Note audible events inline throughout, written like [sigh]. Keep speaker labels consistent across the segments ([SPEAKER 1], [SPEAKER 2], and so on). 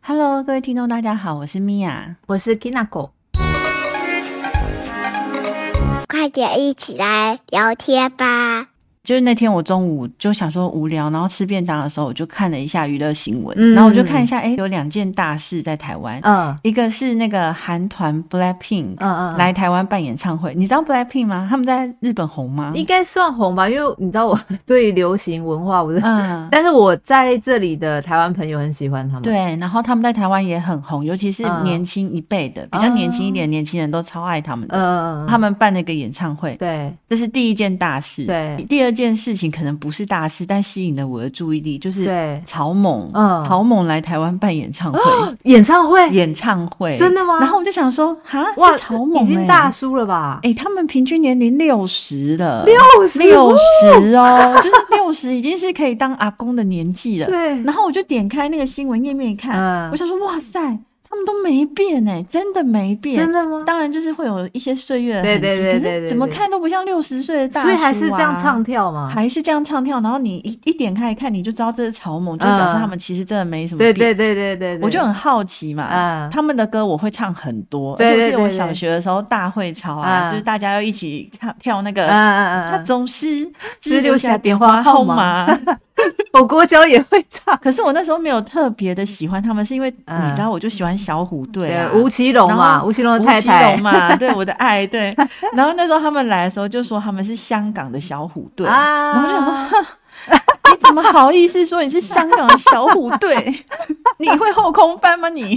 [SPEAKER 1] Hello，各位听众，大家好，我是米娅。
[SPEAKER 2] 我是 Kinako。
[SPEAKER 3] 快点一起来聊天吧！
[SPEAKER 1] 就是那天我中午就想说无聊，然后吃便当的时候，我就看了一下娱乐新闻，
[SPEAKER 2] 嗯
[SPEAKER 1] 然后我就看一下，哎、有两件大事在台湾，
[SPEAKER 2] 嗯
[SPEAKER 1] 一个是那个韩团 BLACKPINK、
[SPEAKER 2] 嗯嗯，
[SPEAKER 1] 来台湾办演唱会，你知道 BLACKPINK 吗？他们在日本红吗？
[SPEAKER 2] 应该算红吧，因为你知道我 [laughs] 对于流行文化不是， [laughs]
[SPEAKER 1] 嗯，
[SPEAKER 2] 但是我在这里的台湾朋友很喜欢他们。，
[SPEAKER 1] 对，然后他们在台湾也很红，尤其是
[SPEAKER 2] 嗯哦
[SPEAKER 1] 年轻一辈的，比较年轻一点的年轻人都超爱他们的。
[SPEAKER 2] 嗯，
[SPEAKER 1] 他们办了一个演唱会，
[SPEAKER 2] 对
[SPEAKER 1] 这是第一件大事。
[SPEAKER 2] 对
[SPEAKER 1] 第二件事情可能不是大事，但吸引了我的注意力，就是
[SPEAKER 2] 对，
[SPEAKER 1] 曹猛，
[SPEAKER 2] 嗯
[SPEAKER 1] 曹猛来台湾办演唱会，
[SPEAKER 2] 演唱会
[SPEAKER 1] 演唱会
[SPEAKER 2] 真的吗
[SPEAKER 1] 然后我就想说，哈，
[SPEAKER 2] 哇
[SPEAKER 1] 是，曹猛、欸、
[SPEAKER 2] 已经大叔了吧？
[SPEAKER 1] 哎、他们平均年龄六十了，
[SPEAKER 2] 六十
[SPEAKER 1] 六十哦， [laughs] 就是六十已经是可以当阿公的年纪了。
[SPEAKER 2] 对，
[SPEAKER 1] 然后我就点开那个新闻页面一看，
[SPEAKER 2] 嗯
[SPEAKER 1] 我想说，哇塞，他们都没变哎、真的没变。
[SPEAKER 2] 真的吗？
[SPEAKER 1] 当然就是会有一些岁月的痕迹，
[SPEAKER 2] 对对对对对
[SPEAKER 1] 可
[SPEAKER 2] 对
[SPEAKER 1] 是怎么看都不像六十岁的大叔、啊，
[SPEAKER 2] 所以还是这样唱。跳嘛？
[SPEAKER 1] 还是这样唱跳，然后你一一点开一看，你就知道这是草蜢，就表示他们其实真的没什么
[SPEAKER 2] 嗯对
[SPEAKER 1] 变。
[SPEAKER 2] 对对对对，对
[SPEAKER 1] 我就很好奇嘛，
[SPEAKER 2] 嗯
[SPEAKER 1] 他们的歌我会唱很多，
[SPEAKER 2] 对
[SPEAKER 1] 而且我记得
[SPEAKER 2] 对
[SPEAKER 1] 我
[SPEAKER 2] 对
[SPEAKER 1] 小学的时候大会操啊，
[SPEAKER 2] 嗯
[SPEAKER 1] 就是大家要一起唱跳那个，
[SPEAKER 2] 嗯嗯
[SPEAKER 1] 他
[SPEAKER 2] 嗯嗯，
[SPEAKER 1] 总是
[SPEAKER 2] 只留下电话号
[SPEAKER 1] 号
[SPEAKER 2] 码
[SPEAKER 1] 码。
[SPEAKER 2] 我国小也会唱，
[SPEAKER 1] [laughs] 可是我那时候没有特别的喜欢他们，是因为
[SPEAKER 2] 嗯
[SPEAKER 1] 你知道，我就喜欢小虎队
[SPEAKER 2] 对
[SPEAKER 1] 啊，，
[SPEAKER 2] 吴奇隆
[SPEAKER 1] 然
[SPEAKER 2] 嘛，
[SPEAKER 1] 后
[SPEAKER 2] 吴奇隆的
[SPEAKER 1] 吴
[SPEAKER 2] 太
[SPEAKER 1] 奇
[SPEAKER 2] 太
[SPEAKER 1] 隆嘛，对我的爱，对。然后那时候他们来的时候就说他们是香港的小虎队，
[SPEAKER 2] [laughs] 啊
[SPEAKER 1] 然后就想说，哼你怎么好意思说你是香港的小虎
[SPEAKER 2] [laughs]
[SPEAKER 1] 队？你会后空翻吗你？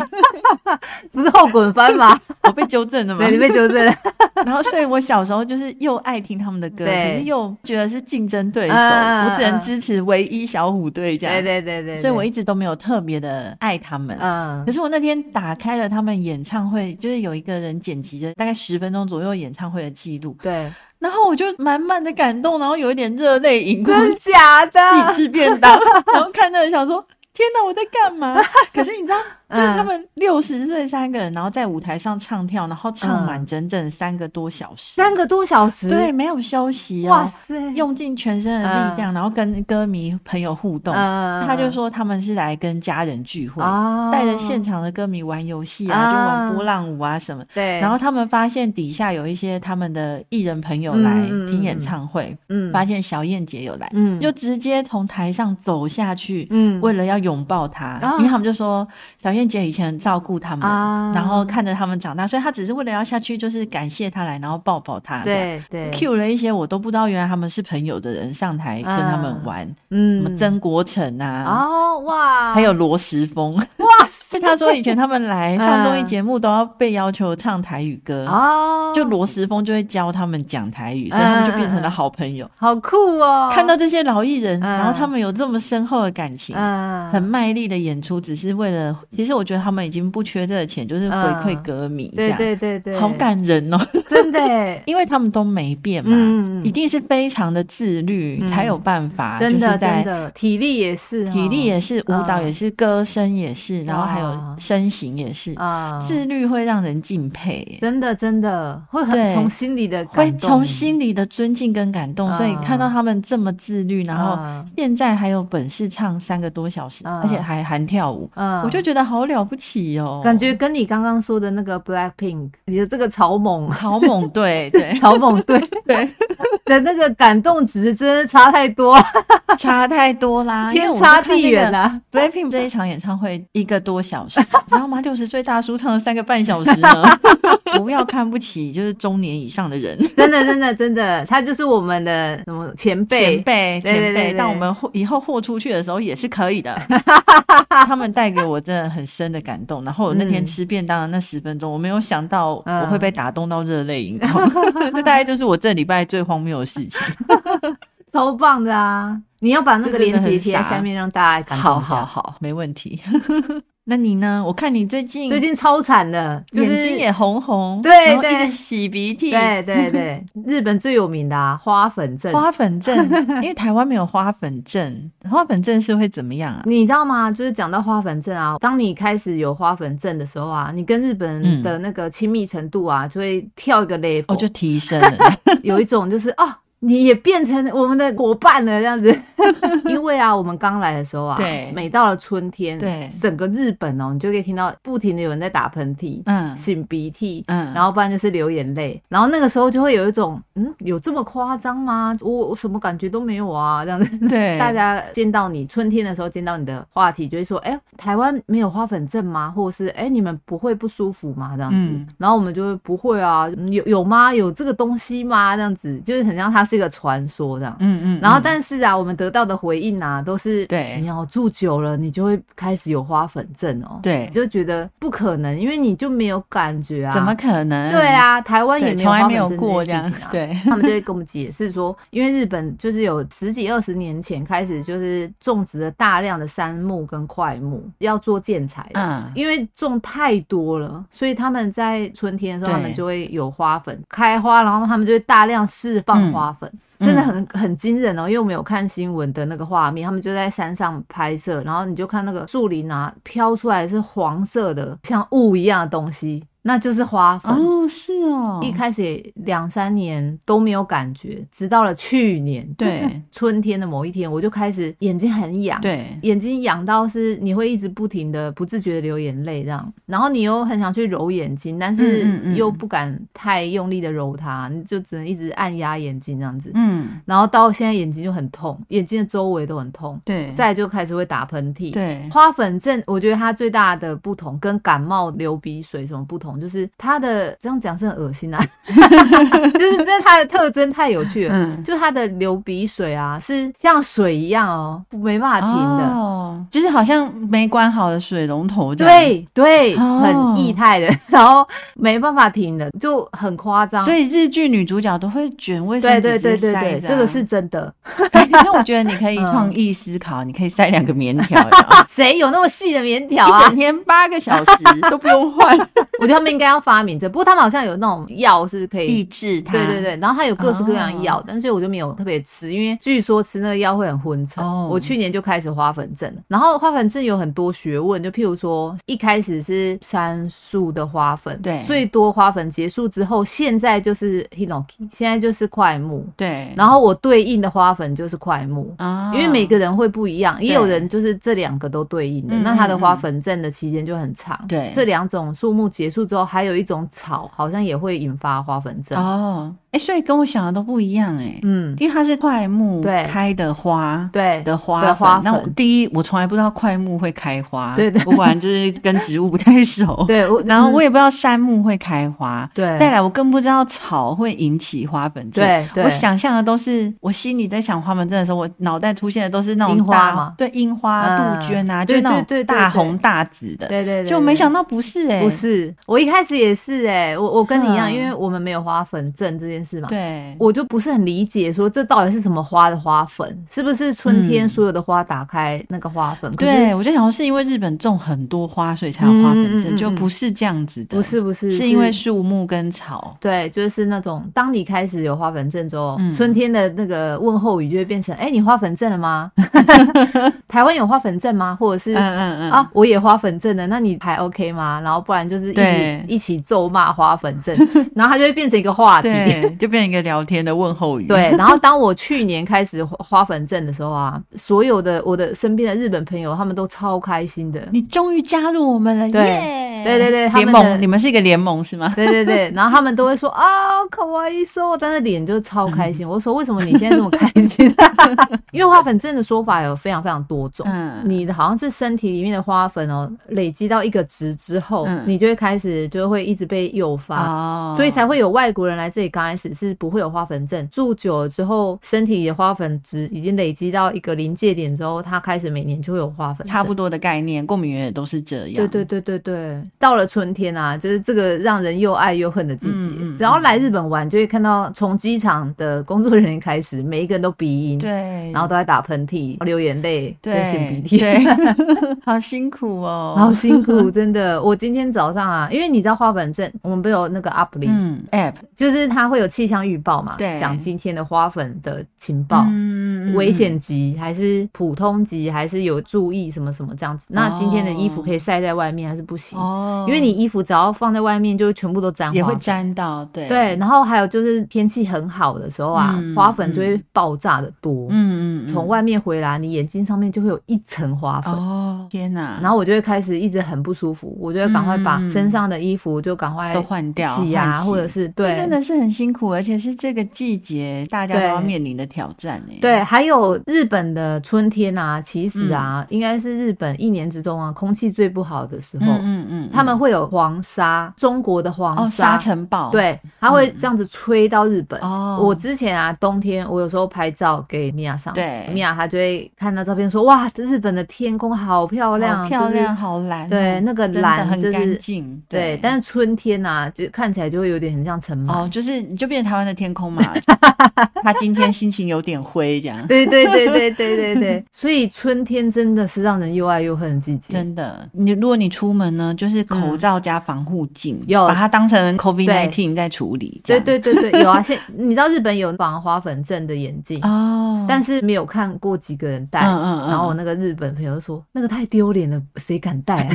[SPEAKER 2] 不是后滚翻嘛？
[SPEAKER 1] 我被纠正了吗
[SPEAKER 2] 对，？你被纠正了。
[SPEAKER 1] [laughs] 然后，所以我小时候就是又爱听他们的歌，
[SPEAKER 2] 对
[SPEAKER 1] 可是又觉得是竞争对手，
[SPEAKER 2] 嗯嗯嗯
[SPEAKER 1] 我只能支持唯一小虎队这样。
[SPEAKER 2] 对对对对，
[SPEAKER 1] 所以我
[SPEAKER 2] 对
[SPEAKER 1] 一直都没有特别的爱他们。
[SPEAKER 2] 嗯
[SPEAKER 1] 可是我那天打开了他们演唱会，就是有一个人剪辑的大概十分钟左右演唱会的记录，
[SPEAKER 2] 对，
[SPEAKER 1] 然后我就满满的感动，然后有一点热泪盈眶，
[SPEAKER 2] 真假
[SPEAKER 1] 自己
[SPEAKER 2] 的？
[SPEAKER 1] 吃便当， [laughs] 然后看那人想说。天哪，我在干
[SPEAKER 2] [laughs]
[SPEAKER 1] 嘛？可是你知道，
[SPEAKER 2] 嗯
[SPEAKER 1] 就是他们六十岁三个人，然后在舞台上唱跳，然后唱满
[SPEAKER 2] 嗯
[SPEAKER 1] 整整三个多小时，
[SPEAKER 2] 三个多小时，
[SPEAKER 1] 对，，没有休息
[SPEAKER 2] 哇
[SPEAKER 1] 哦，
[SPEAKER 2] 塞，
[SPEAKER 1] 用尽全身的力量，然后跟歌迷朋友互动。
[SPEAKER 2] 嗯
[SPEAKER 1] 他就说他们是来跟家人聚会，
[SPEAKER 2] 啊
[SPEAKER 1] 带着现场的歌迷玩游戏啊，
[SPEAKER 2] 啊
[SPEAKER 1] 就玩波浪舞啊什么。
[SPEAKER 2] 对，
[SPEAKER 1] 然后他们发现底下有一些他们的艺人朋友来
[SPEAKER 2] 嗯嗯嗯
[SPEAKER 1] 听演唱会，
[SPEAKER 2] 嗯
[SPEAKER 1] 发现小燕姐有来，
[SPEAKER 2] 嗯
[SPEAKER 1] 就直接从台上走下去，
[SPEAKER 2] 嗯
[SPEAKER 1] 为了要拥抱她，
[SPEAKER 2] 啊
[SPEAKER 1] 因为他们就说小燕姐以前很照顾他们，
[SPEAKER 2] 啊
[SPEAKER 1] 然后看着他们长大，所以她只是为了要下去，就是感谢她来，然后抱抱她。这样
[SPEAKER 2] 对对
[SPEAKER 1] cue 了一些我都不知道原来他们是朋友的人上台跟他们玩，什
[SPEAKER 2] 啊嗯
[SPEAKER 1] 么曾国成
[SPEAKER 2] 아,
[SPEAKER 1] 啊，
[SPEAKER 2] 哦哇，
[SPEAKER 1] 还有罗时
[SPEAKER 2] [laughs]
[SPEAKER 1] 丰。
[SPEAKER 2] 哇塞
[SPEAKER 1] 是他说以前他们来
[SPEAKER 2] 嗯
[SPEAKER 1] 上综艺节目都要被要求唱台语歌，
[SPEAKER 2] 哦，
[SPEAKER 1] 就罗时丰就会教他们讲台语，所以他们就变
[SPEAKER 2] 嗯
[SPEAKER 1] 成了好朋友。
[SPEAKER 2] 好酷哦，
[SPEAKER 1] 看到这些老艺人，
[SPEAKER 2] 嗯
[SPEAKER 1] 然后他们有这么深厚的感情。
[SPEAKER 2] 嗯
[SPEAKER 1] 很卖力的演出，只是为了，其实我觉得他们已经不缺这个钱，就是回馈歌迷这
[SPEAKER 2] 嗯对
[SPEAKER 1] 样，
[SPEAKER 2] 对对对，
[SPEAKER 1] 好感人哦， [laughs]
[SPEAKER 2] 真的耶，
[SPEAKER 1] 因为他们都没变嘛，
[SPEAKER 2] 嗯嗯嗯
[SPEAKER 1] 一定是非常的自律，
[SPEAKER 2] 嗯
[SPEAKER 1] 才有办法，
[SPEAKER 2] 真
[SPEAKER 1] 就是
[SPEAKER 2] 的真
[SPEAKER 1] 在
[SPEAKER 2] 的，体力也是哦，
[SPEAKER 1] 体力也是，舞蹈
[SPEAKER 2] 嗯
[SPEAKER 1] 也是，歌声也是，然后还有
[SPEAKER 2] 哇
[SPEAKER 1] 身形也是，
[SPEAKER 2] 啊，
[SPEAKER 1] 自律会让人敬佩耶，
[SPEAKER 2] 真的真的会
[SPEAKER 1] 对
[SPEAKER 2] 很从心里的
[SPEAKER 1] 会
[SPEAKER 2] 感动
[SPEAKER 1] 从心里的尊敬跟感动，
[SPEAKER 2] 嗯
[SPEAKER 1] 所以看到他们这么自律，然后
[SPEAKER 2] 嗯
[SPEAKER 1] 现在还有本事唱三个多小时，
[SPEAKER 2] 嗯
[SPEAKER 1] 而且还还跳舞，
[SPEAKER 2] 嗯
[SPEAKER 1] 我就觉得好了不起哦，
[SPEAKER 2] 感觉跟你刚刚说的那个 Blackpink，你的这个草蜢
[SPEAKER 1] 草蜢
[SPEAKER 2] [laughs]
[SPEAKER 1] 队对
[SPEAKER 2] 草蜢队
[SPEAKER 1] 对
[SPEAKER 2] 的那个感动值真的差太多，
[SPEAKER 1] 差太多
[SPEAKER 2] [laughs]
[SPEAKER 1] 啦，啊因为
[SPEAKER 2] 天
[SPEAKER 1] 我
[SPEAKER 2] 差
[SPEAKER 1] 就看
[SPEAKER 2] 地
[SPEAKER 1] 那
[SPEAKER 2] 远啊
[SPEAKER 1] 个 [laughs]
[SPEAKER 2] 啦。
[SPEAKER 1] Blackpink 这一场演唱会一个多小
[SPEAKER 2] [laughs]
[SPEAKER 1] 时，你知道吗？六十岁大叔唱了三个半小时呢。不要看不起就是中年以上的人，
[SPEAKER 2] 真的，真的，真的，他就是我们的什么前辈，
[SPEAKER 1] 前辈
[SPEAKER 2] 对
[SPEAKER 1] 前
[SPEAKER 2] 对对
[SPEAKER 1] 辈，
[SPEAKER 2] 对
[SPEAKER 1] 但我们豁以后豁出去的时候也是可以
[SPEAKER 2] [laughs]
[SPEAKER 1] 的。他们带给我真的很深的感动。然后我那天
[SPEAKER 2] 嗯
[SPEAKER 1] 吃便当的那十分钟，我没有想到
[SPEAKER 2] 嗯
[SPEAKER 1] 我会被打动到热泪盈
[SPEAKER 2] [laughs]
[SPEAKER 1] 眶，这大概就是我这礼拜最荒谬的事情。
[SPEAKER 2] 超棒的啊！你要把那个链接贴在下面，让大家感动一下
[SPEAKER 1] 好好。好，没问题。 [laughs] 那你呢？我看你最近
[SPEAKER 2] 最近超惨的，就是
[SPEAKER 1] 眼睛也红红，
[SPEAKER 2] 对
[SPEAKER 1] 然后
[SPEAKER 2] 对
[SPEAKER 1] 一直洗鼻涕，
[SPEAKER 2] 对对对，日本最有名的啊，花粉症，
[SPEAKER 1] 花粉
[SPEAKER 2] [laughs]
[SPEAKER 1] 症，因为台湾没有花粉症，花粉症是会怎么样
[SPEAKER 2] [laughs]
[SPEAKER 1] 啊？
[SPEAKER 2] 你知道吗？就是讲到花粉症啊，当你开始有花粉症的时候啊，你跟日
[SPEAKER 1] 嗯
[SPEAKER 2] 本人
[SPEAKER 1] 哦
[SPEAKER 2] 的那个亲密程度啊，就会跳一个 level，、 [laughs]
[SPEAKER 1] 哦，就提升了，
[SPEAKER 2] 有一种就是哦，你也变成我们的伙伴了，这
[SPEAKER 1] [laughs]
[SPEAKER 2] 样子。因为啊，我们刚来的时候啊，
[SPEAKER 1] 对
[SPEAKER 2] 每到了春天，
[SPEAKER 1] 对
[SPEAKER 2] 整个日本哦，你就可以听到不停的有人在打喷嚏，
[SPEAKER 1] 嗯
[SPEAKER 2] 擤鼻涕，
[SPEAKER 1] 嗯
[SPEAKER 2] 然后不然就是流眼泪，然后那个时候就会有一种，嗯，有这么夸张吗？我我什么感觉都没有啊，这样子。
[SPEAKER 1] 对
[SPEAKER 2] 大家见到你春天的时候见到你的话题，就会说，哎、台湾没有花粉症吗？或者是，哎、你们不会不舒服吗？这样子。
[SPEAKER 1] 嗯
[SPEAKER 2] 然后我们就会不会啊，嗯有有吗？有这个东西吗？这样子，就是很像它是一个传说这样。
[SPEAKER 1] 嗯嗯，
[SPEAKER 2] 然后，
[SPEAKER 1] 嗯
[SPEAKER 2] 但是啊，我们得到的回应啊，都是
[SPEAKER 1] 对
[SPEAKER 2] 你要住久了，你就会开始有花粉症哦。
[SPEAKER 1] 对
[SPEAKER 2] 你就觉得不可能，因为你就没有感觉啊。
[SPEAKER 1] 怎么可能？
[SPEAKER 2] 对，啊，台湾也
[SPEAKER 1] 对，
[SPEAKER 2] 没
[SPEAKER 1] 从
[SPEAKER 2] 有
[SPEAKER 1] 来
[SPEAKER 2] 花
[SPEAKER 1] 没有
[SPEAKER 2] 粉症
[SPEAKER 1] 过这
[SPEAKER 2] 这件
[SPEAKER 1] 样
[SPEAKER 2] 事情
[SPEAKER 1] [laughs]
[SPEAKER 2] 啊，。
[SPEAKER 1] 对，
[SPEAKER 2] 他们就会跟我们解释说，因为日本就是有十几二十年前开始就是种植了大量的杉木跟快木，要做建材的。
[SPEAKER 1] 嗯，
[SPEAKER 2] 因为种太多了，所以他们在春天的时候，
[SPEAKER 1] 对
[SPEAKER 2] 他们就会有花粉开花，然后他们就会大量释放花粉，
[SPEAKER 1] 嗯
[SPEAKER 2] 真的很很惊人哦。因为我们有看新闻的那个画面，他们就在山上拍摄，然后你就看那个树林啊飘出来是黄色的，像雾一样的东西，那就是花粉。
[SPEAKER 1] 哦，是哦，
[SPEAKER 2] 一开始也两三年都没有感觉，直到了去年，
[SPEAKER 1] 对
[SPEAKER 2] [laughs] 春天的某一天，我就开始眼睛很痒，，
[SPEAKER 1] 对
[SPEAKER 2] 眼睛痒到是你会一直不停的不自觉的流眼泪这样，然后你又很想去揉眼睛，但
[SPEAKER 1] 嗯嗯
[SPEAKER 2] 是
[SPEAKER 1] 嗯
[SPEAKER 2] 又不敢太用力的揉它，你就只能一直按压眼睛这样子，
[SPEAKER 1] 嗯，
[SPEAKER 2] 然后到现在眼睛就很痛，眼睛的周围都很痛，
[SPEAKER 1] 对，
[SPEAKER 2] 再来就开始会打喷嚏，
[SPEAKER 1] 对，
[SPEAKER 2] 花粉症，我觉得它最大的不同跟感冒、流鼻水什么不同，就是它的这样讲是很恶心啊，
[SPEAKER 1] [laughs]
[SPEAKER 2] [laughs] 就是但它的特征太有趣了。
[SPEAKER 1] 嗯，
[SPEAKER 2] 就它的流鼻水啊，是像水一样哦，没办法停的。
[SPEAKER 1] 哦，就是好像没关好的水龙头这样。
[SPEAKER 2] 对对，
[SPEAKER 1] 哦
[SPEAKER 2] 很液态的， [laughs] 然后没办法停的，就很夸张。
[SPEAKER 1] 所以日剧女主角都会卷卫生
[SPEAKER 2] 对
[SPEAKER 1] 纸
[SPEAKER 2] 对对
[SPEAKER 1] 直接
[SPEAKER 2] 对
[SPEAKER 1] 塞
[SPEAKER 2] 对，
[SPEAKER 1] 着啊
[SPEAKER 2] 这个是
[SPEAKER 1] [laughs]
[SPEAKER 2] 真的。
[SPEAKER 1] 因为我觉得你可以
[SPEAKER 2] 嗯
[SPEAKER 1] 创意思考，你可以塞两个棉条，有没
[SPEAKER 2] [laughs]
[SPEAKER 1] 有
[SPEAKER 2] 谁有那么细的棉条
[SPEAKER 1] 一
[SPEAKER 2] 啊
[SPEAKER 1] 整？天八个小时都不用换，
[SPEAKER 2] [laughs] 我觉得他们应该要发明这，不过他们好像有那种药是可以
[SPEAKER 1] 抑制它。
[SPEAKER 2] 对对对，然后它有各式各样的药，
[SPEAKER 1] 哦
[SPEAKER 2] 但是我就没有特别吃，因为据说吃那个药会很昏沉。
[SPEAKER 1] 哦
[SPEAKER 2] 我去年就开始花粉症了，然后花粉症有很多学问，就譬如说一开始是杉树的花粉，
[SPEAKER 1] 对
[SPEAKER 2] 最多花粉结束之后，现在就是 hinoki，现在就是快木，
[SPEAKER 1] 对，
[SPEAKER 2] 然后我对应的花粉就是快木。
[SPEAKER 1] 啊
[SPEAKER 2] 因为每个人会不一样，也
[SPEAKER 1] 对
[SPEAKER 2] 有人就是这两个都对应的，
[SPEAKER 1] 嗯
[SPEAKER 2] 那它的
[SPEAKER 1] 嗯
[SPEAKER 2] 花
[SPEAKER 1] 嗯
[SPEAKER 2] 粉症的期间就很长。
[SPEAKER 1] 对
[SPEAKER 2] 这两种树木结束之后，还有一种草好像也会引发花粉症。
[SPEAKER 1] 哦，哎，所以跟我想的都不一样哎，
[SPEAKER 2] 嗯，
[SPEAKER 1] 因为它是快木
[SPEAKER 2] 对
[SPEAKER 1] 开的花。
[SPEAKER 2] 对
[SPEAKER 1] 的花
[SPEAKER 2] 的
[SPEAKER 1] 粉，
[SPEAKER 2] 花
[SPEAKER 1] 那我
[SPEAKER 2] 粉
[SPEAKER 1] 第一，我从来不知道快木会开花，
[SPEAKER 2] 对对
[SPEAKER 1] 我果然就是跟植物不太熟，
[SPEAKER 2] [laughs] 对，我
[SPEAKER 1] 然后我
[SPEAKER 2] 也
[SPEAKER 1] 也不知道杉木会开花，
[SPEAKER 2] 对
[SPEAKER 1] 再来我更不知道草会引起花粉症。
[SPEAKER 2] 对对
[SPEAKER 1] 我想象的都是我心里在想花粉症的时候，我脑袋出现的都是那种
[SPEAKER 2] 樱花
[SPEAKER 1] 大
[SPEAKER 2] 嘛
[SPEAKER 1] 对樱花、
[SPEAKER 2] 嗯
[SPEAKER 1] 杜鹃啊，
[SPEAKER 2] 对
[SPEAKER 1] 就那
[SPEAKER 2] 对对对
[SPEAKER 1] 种大红大紫的。
[SPEAKER 2] 对对对，
[SPEAKER 1] 就没想
[SPEAKER 2] 到。
[SPEAKER 1] 到不是哎、
[SPEAKER 2] 不是，我一开始也是哎、我我跟你一样，
[SPEAKER 1] 嗯
[SPEAKER 2] 因为我们没有花粉症这件事嘛，
[SPEAKER 1] 对，
[SPEAKER 2] 我就不是很理解，说这到底是什么花的花粉？是不是春天
[SPEAKER 1] 嗯
[SPEAKER 2] 所有的花打开那个花粉？可是
[SPEAKER 1] 对我就想说是因为日本种很多花，所以才有花粉症，
[SPEAKER 2] 嗯嗯嗯嗯
[SPEAKER 1] 就不是这样子的，
[SPEAKER 2] 不是不是，
[SPEAKER 1] 是因为树木跟草。
[SPEAKER 2] 对，就是那种当你开始有花粉症之后，
[SPEAKER 1] 嗯
[SPEAKER 2] 春天的那个问候语就会变成：哎、你花粉症了吗？ [laughs] 台湾有花粉症吗？或者是
[SPEAKER 1] 嗯嗯嗯
[SPEAKER 2] 啊，，我也花粉症的，那你还 OK 吗？然后不然就是一起
[SPEAKER 1] 对
[SPEAKER 2] 一起咒骂花粉
[SPEAKER 1] [laughs]
[SPEAKER 2] 症，然后它就会变成一个话题。
[SPEAKER 1] 对， [laughs] 就变成一个聊天的问候语。
[SPEAKER 2] 对，然后当我去年开始花花粉症的时候啊，所有的我的身边的日本朋友，他们都超开心的。
[SPEAKER 1] 你终于加入我们了，
[SPEAKER 2] 对
[SPEAKER 1] 耶！
[SPEAKER 2] 对对对他们
[SPEAKER 1] 哎联
[SPEAKER 2] 的
[SPEAKER 1] 盟，你们是一个联盟是
[SPEAKER 2] [laughs]
[SPEAKER 1] 吗？
[SPEAKER 2] 对对对，然后他们都会说啊，可爱说，但是脸就超开
[SPEAKER 1] [laughs]
[SPEAKER 2] 心。我说为什么你现在这么开心？因为花粉症的说法有非常非常多种，
[SPEAKER 1] 嗯
[SPEAKER 2] 你的好像是身体里面的花粉哦，累积到一个值之后，
[SPEAKER 1] 嗯
[SPEAKER 2] 你就会开始就会一直被诱发。
[SPEAKER 1] 哦
[SPEAKER 2] 所以才会有外国人来这里，刚开始是不会有花粉症，住久了之后，身体里的花粉值已经累积到一个临界点之后，他开始每年就会有花粉症。
[SPEAKER 1] 差不多的概念，过敏源也都是这样。
[SPEAKER 2] 对对对对对，到了春天啊，就是这个让人又爱又恨的季节。
[SPEAKER 1] 嗯嗯
[SPEAKER 2] 只要来日本玩，就会看到从机场的工作人员开始，每一个人都鼻音，，
[SPEAKER 1] 对，
[SPEAKER 2] 然后都在打喷嚏、流眼泪、
[SPEAKER 1] 对
[SPEAKER 2] 擤鼻涕。
[SPEAKER 1] 对， [laughs] 好辛苦哦。
[SPEAKER 2] 好辛苦，真的。我今天早上啊，因为你知道花粉症，我们不有那个 uplink，、
[SPEAKER 1] 嗯，app
[SPEAKER 2] 就是它会有气象预报嘛，
[SPEAKER 1] 对
[SPEAKER 2] 讲今天的花粉的情报。
[SPEAKER 1] 嗯
[SPEAKER 2] 危险级还是普通级，还是有注意什么什么这样子？那今天的衣服可以晒在外面还是不行？
[SPEAKER 1] 哦哦
[SPEAKER 2] 因为你衣服只要放在外面，就全部都沾
[SPEAKER 1] 也
[SPEAKER 2] 花
[SPEAKER 1] 会
[SPEAKER 2] 粉。
[SPEAKER 1] 沾到，对
[SPEAKER 2] 对，，然后还有就是天气很好的时候啊，
[SPEAKER 1] 嗯
[SPEAKER 2] 花粉就会爆炸的多。
[SPEAKER 1] 嗯嗯，嗯
[SPEAKER 2] 从外面回来，你眼睛上面就会有一层花粉。
[SPEAKER 1] 哦，天哪，
[SPEAKER 2] 然后我就会开始一直很不舒服，我就会赶快把
[SPEAKER 1] 嗯
[SPEAKER 2] 身上的衣服就赶快
[SPEAKER 1] 都换掉
[SPEAKER 2] 洗啊，
[SPEAKER 1] 换洗
[SPEAKER 2] 或者是
[SPEAKER 1] 这
[SPEAKER 2] 对，
[SPEAKER 1] 真的是很辛苦，而且是这个季节大家都
[SPEAKER 2] 对
[SPEAKER 1] 要面临的挑战哎，
[SPEAKER 2] 对，还有日本的春天啊，其实啊，应该是日本一年之中啊，空气最不好的时候，
[SPEAKER 1] 嗯，嗯嗯嗯，
[SPEAKER 2] 哦他们会有黄沙，中国的黄
[SPEAKER 1] 哦
[SPEAKER 2] 沙，
[SPEAKER 1] 沙尘暴，，
[SPEAKER 2] 对，它会这样子吹到日本。
[SPEAKER 1] 哦，
[SPEAKER 2] 我之前啊，冬天我有时候拍照给米娅上，
[SPEAKER 1] 对
[SPEAKER 2] 米娅她就会看到照片说，哇，日本的天空好漂亮，
[SPEAKER 1] 好漂亮，
[SPEAKER 2] 就是
[SPEAKER 1] 好蓝哦，
[SPEAKER 2] 对那个
[SPEAKER 1] 真的
[SPEAKER 2] 蓝就
[SPEAKER 1] 很
[SPEAKER 2] 是
[SPEAKER 1] 干净，
[SPEAKER 2] 对，但是嗯春天呐、啊，就看起来就会有点很像尘
[SPEAKER 1] 哦，
[SPEAKER 2] 螨。
[SPEAKER 1] 就是你就变成台湾的天
[SPEAKER 2] [laughs]
[SPEAKER 1] 空嘛。他今天心情有点灰，这样
[SPEAKER 2] 对对对对对对对，所以春天真的是让人又爱又恨的季节。
[SPEAKER 1] 真的。你如果你出门呢，就是口罩加防护镜，
[SPEAKER 2] 嗯有
[SPEAKER 1] 把它当成 COVID nineteen 在处理。这
[SPEAKER 2] 对
[SPEAKER 1] 样
[SPEAKER 2] 对对对，有啊，现 [laughs] 你知道日本有绑花粉症的眼镜，
[SPEAKER 1] 哦，
[SPEAKER 2] 但是没有看过几个人戴。
[SPEAKER 1] 嗯嗯嗯
[SPEAKER 2] 然后我那个日本朋友说，那个太丢脸了，谁敢戴啊？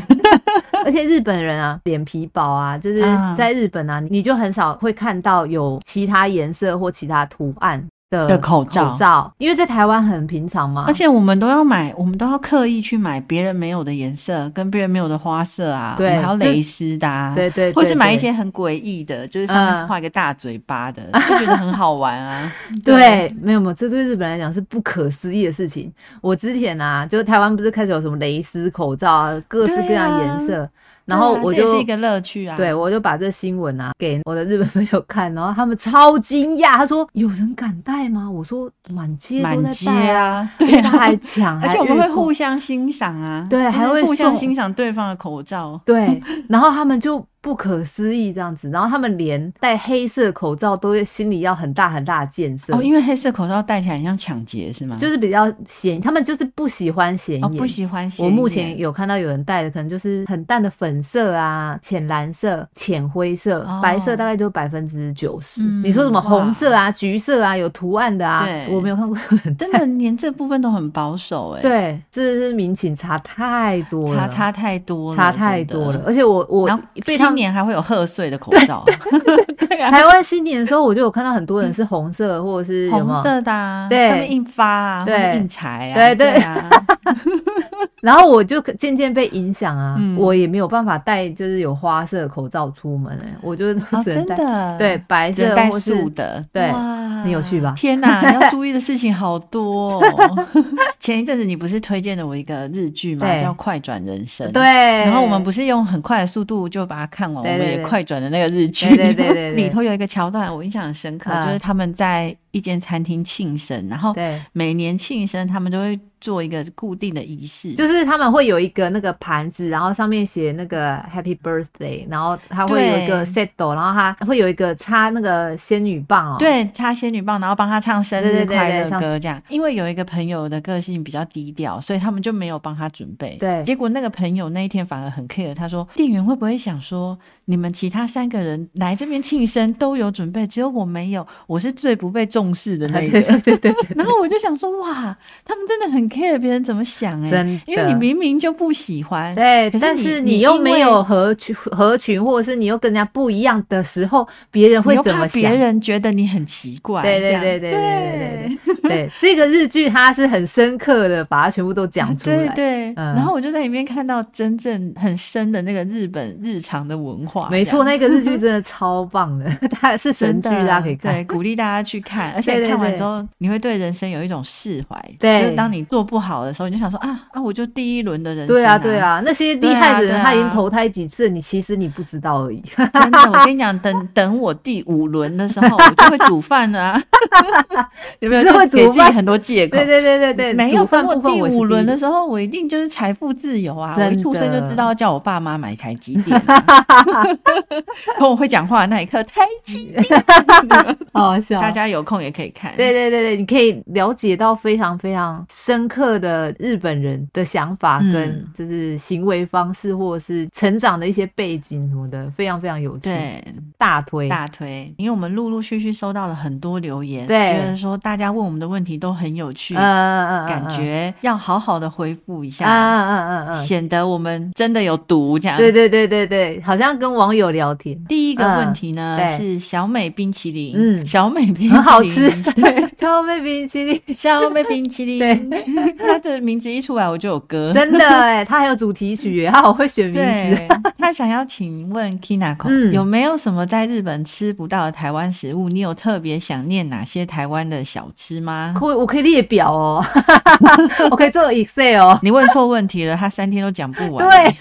[SPEAKER 2] [laughs] 而且日本人啊，脸皮薄啊，就是
[SPEAKER 1] 嗯
[SPEAKER 2] 在日本啊，你就很少会看到有其他颜色或其他图案的
[SPEAKER 1] 的口罩
[SPEAKER 2] 罩，因为在台湾很平常嘛。
[SPEAKER 1] 而且我们都要买，我们都要刻意去买别人没有的颜色，跟别人没有的花色啊，
[SPEAKER 2] 对
[SPEAKER 1] 我们还有
[SPEAKER 2] 这
[SPEAKER 1] 蕾丝的、啊，
[SPEAKER 2] 对对对
[SPEAKER 1] 或是买一
[SPEAKER 2] 对
[SPEAKER 1] 些很诡异的，就是上面是
[SPEAKER 2] 嗯
[SPEAKER 1] 画一个大嘴巴
[SPEAKER 2] [laughs]
[SPEAKER 1] 的，就觉得很好玩啊。
[SPEAKER 2] 对，没有没有，这对日本来讲是不可思议的事情。我之前啊，就台湾不是开始有什么蕾丝口罩啊，各式各样的颜色， [laughs] 然后
[SPEAKER 1] 对啊
[SPEAKER 2] 我
[SPEAKER 1] 这也
[SPEAKER 2] 就是
[SPEAKER 1] 一个乐趣啊。
[SPEAKER 2] 对，我就把这新闻啊给我的日本朋友看，然后他们超惊讶，他说有人敢戴吗？我说满街都
[SPEAKER 1] 满
[SPEAKER 2] 在
[SPEAKER 1] 街
[SPEAKER 2] 戴啊，
[SPEAKER 1] 啊，
[SPEAKER 2] 因为他还抢，
[SPEAKER 1] [laughs] 而且我
[SPEAKER 2] 还
[SPEAKER 1] 们会
[SPEAKER 2] 预购
[SPEAKER 1] 互相欣赏啊，
[SPEAKER 2] 对
[SPEAKER 1] 就是
[SPEAKER 2] 还会
[SPEAKER 1] 互相
[SPEAKER 2] 送
[SPEAKER 1] 欣赏对方的口罩。 [laughs]
[SPEAKER 2] 对，然后他们就不可思议这样子，然后他们连戴黑色口罩都会心里要很大很大的建设。
[SPEAKER 1] 哦，因为黑色口罩戴起来很像抢劫，是吗？
[SPEAKER 2] 就是比较显，他们就是不喜欢显眼、
[SPEAKER 1] 哦，不喜欢显
[SPEAKER 2] 我
[SPEAKER 1] 眼。
[SPEAKER 2] 目前有看到有人戴的，可能就是很淡的粉色啊、浅蓝色、浅灰色、
[SPEAKER 1] 哦
[SPEAKER 2] 白色，大概就百分之九十。
[SPEAKER 1] 嗯
[SPEAKER 2] 你说什么红色啊、橘色啊，有图案的啊
[SPEAKER 1] 对，
[SPEAKER 2] 我没有看过有人戴。
[SPEAKER 1] 真的连这部分都很保守哎、，
[SPEAKER 2] [laughs] 对，这是民情差太多
[SPEAKER 1] 差
[SPEAKER 2] 了，
[SPEAKER 1] 差太多了，
[SPEAKER 2] 差太
[SPEAKER 1] 真的
[SPEAKER 2] 多了。。而且我
[SPEAKER 1] 然
[SPEAKER 2] 我
[SPEAKER 1] 后
[SPEAKER 2] 被他
[SPEAKER 1] 新
[SPEAKER 2] 们
[SPEAKER 1] 年啊还会有贺岁的口
[SPEAKER 2] [laughs]
[SPEAKER 1] 罩，
[SPEAKER 2] 台湾新年的时候，我就有看到很多人是红色或者是有没
[SPEAKER 1] [laughs] 红
[SPEAKER 2] 有
[SPEAKER 1] 色的、啊，
[SPEAKER 2] 对
[SPEAKER 1] 上面印发啊，
[SPEAKER 2] 对
[SPEAKER 1] 或者印财啊，
[SPEAKER 2] 对对
[SPEAKER 1] 啊，
[SPEAKER 2] [laughs] 然后我就渐渐被影响啊，
[SPEAKER 1] 嗯
[SPEAKER 2] 我也没有办法戴就是有花色的口罩出门哎、我就
[SPEAKER 1] 哦，
[SPEAKER 2] 只能
[SPEAKER 1] 真
[SPEAKER 2] 戴、
[SPEAKER 1] 的，
[SPEAKER 2] 对，白
[SPEAKER 1] 只能
[SPEAKER 2] 色
[SPEAKER 1] 戴
[SPEAKER 2] 或是
[SPEAKER 1] 素的，
[SPEAKER 2] 对
[SPEAKER 1] 哇
[SPEAKER 2] 很有趣吧
[SPEAKER 1] 天
[SPEAKER 2] [laughs]
[SPEAKER 1] 哪，要注意的事情好多、哦。 [laughs] 前一阵子你不是推荐了我一个日剧嘛，
[SPEAKER 2] 对
[SPEAKER 1] 叫《快转人生》。
[SPEAKER 2] 对，。
[SPEAKER 1] 然
[SPEAKER 2] 然
[SPEAKER 1] 后我们不是用很快的速度就把它看完，
[SPEAKER 2] 对
[SPEAKER 1] 我
[SPEAKER 2] 对
[SPEAKER 1] 们也
[SPEAKER 2] 对
[SPEAKER 1] 快转的那个日剧，
[SPEAKER 2] 对对对对对
[SPEAKER 1] [laughs] 里头有一个桥段我印象很深刻，
[SPEAKER 2] 嗯
[SPEAKER 1] 就是他们在一间餐厅庆生，然后
[SPEAKER 2] 对，
[SPEAKER 1] 每年庆生他们都会做一个固定的仪式，
[SPEAKER 2] 就是他们会有一个那个盘子，然后上面写那个 Happy Birthday，然后它会有一个
[SPEAKER 1] 对
[SPEAKER 2] set，然后它会有一个插那个仙女棒哦。，
[SPEAKER 1] 对，插仙女棒，然后帮她唱生
[SPEAKER 2] 对
[SPEAKER 1] 日
[SPEAKER 2] 对对
[SPEAKER 1] 快
[SPEAKER 2] 对
[SPEAKER 1] 乐
[SPEAKER 2] 上
[SPEAKER 1] 歌这样。因为有一个朋友的个性比较低调，所以他们就没有帮他准备。
[SPEAKER 2] 对
[SPEAKER 1] 结果那个朋友那一天反而很 care，他说店员会不会想说你们其他三个人来这边庆生都有准备，只有我没有，我是最不被重视的那个。
[SPEAKER 2] [laughs] 对对对
[SPEAKER 1] [laughs] 然后我就想说，哇，他们真的很 care 别人怎么想哎、
[SPEAKER 2] 真的
[SPEAKER 1] 因为你明明就不喜欢，
[SPEAKER 2] 对
[SPEAKER 1] 可是
[SPEAKER 2] 但
[SPEAKER 1] 你
[SPEAKER 2] 是
[SPEAKER 1] 你
[SPEAKER 2] 你又
[SPEAKER 1] 因
[SPEAKER 2] 没
[SPEAKER 1] 为
[SPEAKER 2] 有合群合群，或者是你又跟人家不一样的时候，别人
[SPEAKER 1] 你
[SPEAKER 2] 会
[SPEAKER 1] 又
[SPEAKER 2] 怎
[SPEAKER 1] 怕
[SPEAKER 2] 么想？
[SPEAKER 1] 别人觉得你很奇怪，
[SPEAKER 2] 对对
[SPEAKER 1] 这样
[SPEAKER 2] 对对对
[SPEAKER 1] 对
[SPEAKER 2] 对对对对，这个日剧它是很深刻的，把它全部都讲出
[SPEAKER 1] 哦对
[SPEAKER 2] 来。
[SPEAKER 1] 对，
[SPEAKER 2] 嗯
[SPEAKER 1] 然后我就在里面看到真正很深的那个日本日常的文化，
[SPEAKER 2] 没
[SPEAKER 1] 这
[SPEAKER 2] 错，
[SPEAKER 1] 样，
[SPEAKER 2] 那个日剧真的超
[SPEAKER 1] [laughs]
[SPEAKER 2] 棒的，它是神
[SPEAKER 1] 真
[SPEAKER 2] 剧，
[SPEAKER 1] 的
[SPEAKER 2] 大 [laughs] 家可以看。
[SPEAKER 1] 对，鼓励大家去
[SPEAKER 2] [laughs]
[SPEAKER 1] 看，而
[SPEAKER 2] 对
[SPEAKER 1] 且
[SPEAKER 2] 对
[SPEAKER 1] 看完
[SPEAKER 2] 对
[SPEAKER 1] 之后，你会对人生有一种释怀，
[SPEAKER 2] 对
[SPEAKER 1] 就是当你做不好的时候，你就想说啊啊，我就第一轮的人生，
[SPEAKER 2] 对啊，对，啊，那些厉害
[SPEAKER 1] 对啊
[SPEAKER 2] 的
[SPEAKER 1] 对
[SPEAKER 2] 人，
[SPEAKER 1] 啊
[SPEAKER 2] 他已经投胎几次，你其实你不知道而已。
[SPEAKER 1] [laughs] 真的，我跟你讲，等等我第五轮的时候，我就会煮饭了
[SPEAKER 2] [laughs]
[SPEAKER 1] 啊，有没有？
[SPEAKER 2] 真的会
[SPEAKER 1] [laughs] 就给
[SPEAKER 2] 煮
[SPEAKER 1] 自己
[SPEAKER 2] 饭
[SPEAKER 1] 很多借口，
[SPEAKER 2] [laughs] 对对对对对，
[SPEAKER 1] 没有
[SPEAKER 2] 煮饭
[SPEAKER 1] 等我
[SPEAKER 2] 部分
[SPEAKER 1] 第
[SPEAKER 2] 我也是
[SPEAKER 1] 五轮的
[SPEAKER 2] 一
[SPEAKER 1] 时候，我一定就是财富自由啊！我
[SPEAKER 2] 真
[SPEAKER 1] 一出生就
[SPEAKER 2] 的
[SPEAKER 1] 知道叫我爸妈买台积电、
[SPEAKER 2] [laughs]
[SPEAKER 1] 啊。从我会讲话的那一刻，台积电。
[SPEAKER 2] 哦好笑。
[SPEAKER 1] 大家有空控也可以看。
[SPEAKER 2] 嗯对对对对，你可以了解到非常非常深刻的日本人的想法
[SPEAKER 1] 嗯
[SPEAKER 2] 跟就是行为方式，或者是成长的一些背景什么的，非常非常有趣。，
[SPEAKER 1] 对，
[SPEAKER 2] 大推
[SPEAKER 1] 大推，因为我们陆陆续续收到了很多留言，
[SPEAKER 2] 对
[SPEAKER 1] 觉得说大家问我们的问题都很有趣，
[SPEAKER 2] 嗯嗯嗯嗯
[SPEAKER 1] 感觉要好好的回复一
[SPEAKER 2] 嗯嗯
[SPEAKER 1] 下，
[SPEAKER 2] 嗯嗯嗯，
[SPEAKER 1] 显得我们真的有读这样。
[SPEAKER 2] 对对对对对，好像跟网友聊
[SPEAKER 1] [laughs]
[SPEAKER 2] 天，
[SPEAKER 1] 第一个问题呢、
[SPEAKER 2] 嗯对
[SPEAKER 1] 是小美冰淇淋，
[SPEAKER 2] 嗯
[SPEAKER 1] 小美冰淇淋
[SPEAKER 2] 很好吃，对，超妹冰淇淋，
[SPEAKER 1] 小美冰淇淋，它的名字一出来我就有歌，
[SPEAKER 2] 真的哎，它还有主题曲耶，它好会选名字，
[SPEAKER 1] 对，他想要请问 Kinako、
[SPEAKER 2] 嗯
[SPEAKER 1] 有没有什么在日本吃不到的台湾食物？你有特别想念哪些台湾的小吃吗？
[SPEAKER 2] 可以我可以列表哦， [laughs] 我可以做 Excel 哦。
[SPEAKER 1] 你问错问题了，他三天都讲不完。
[SPEAKER 2] [laughs] 对，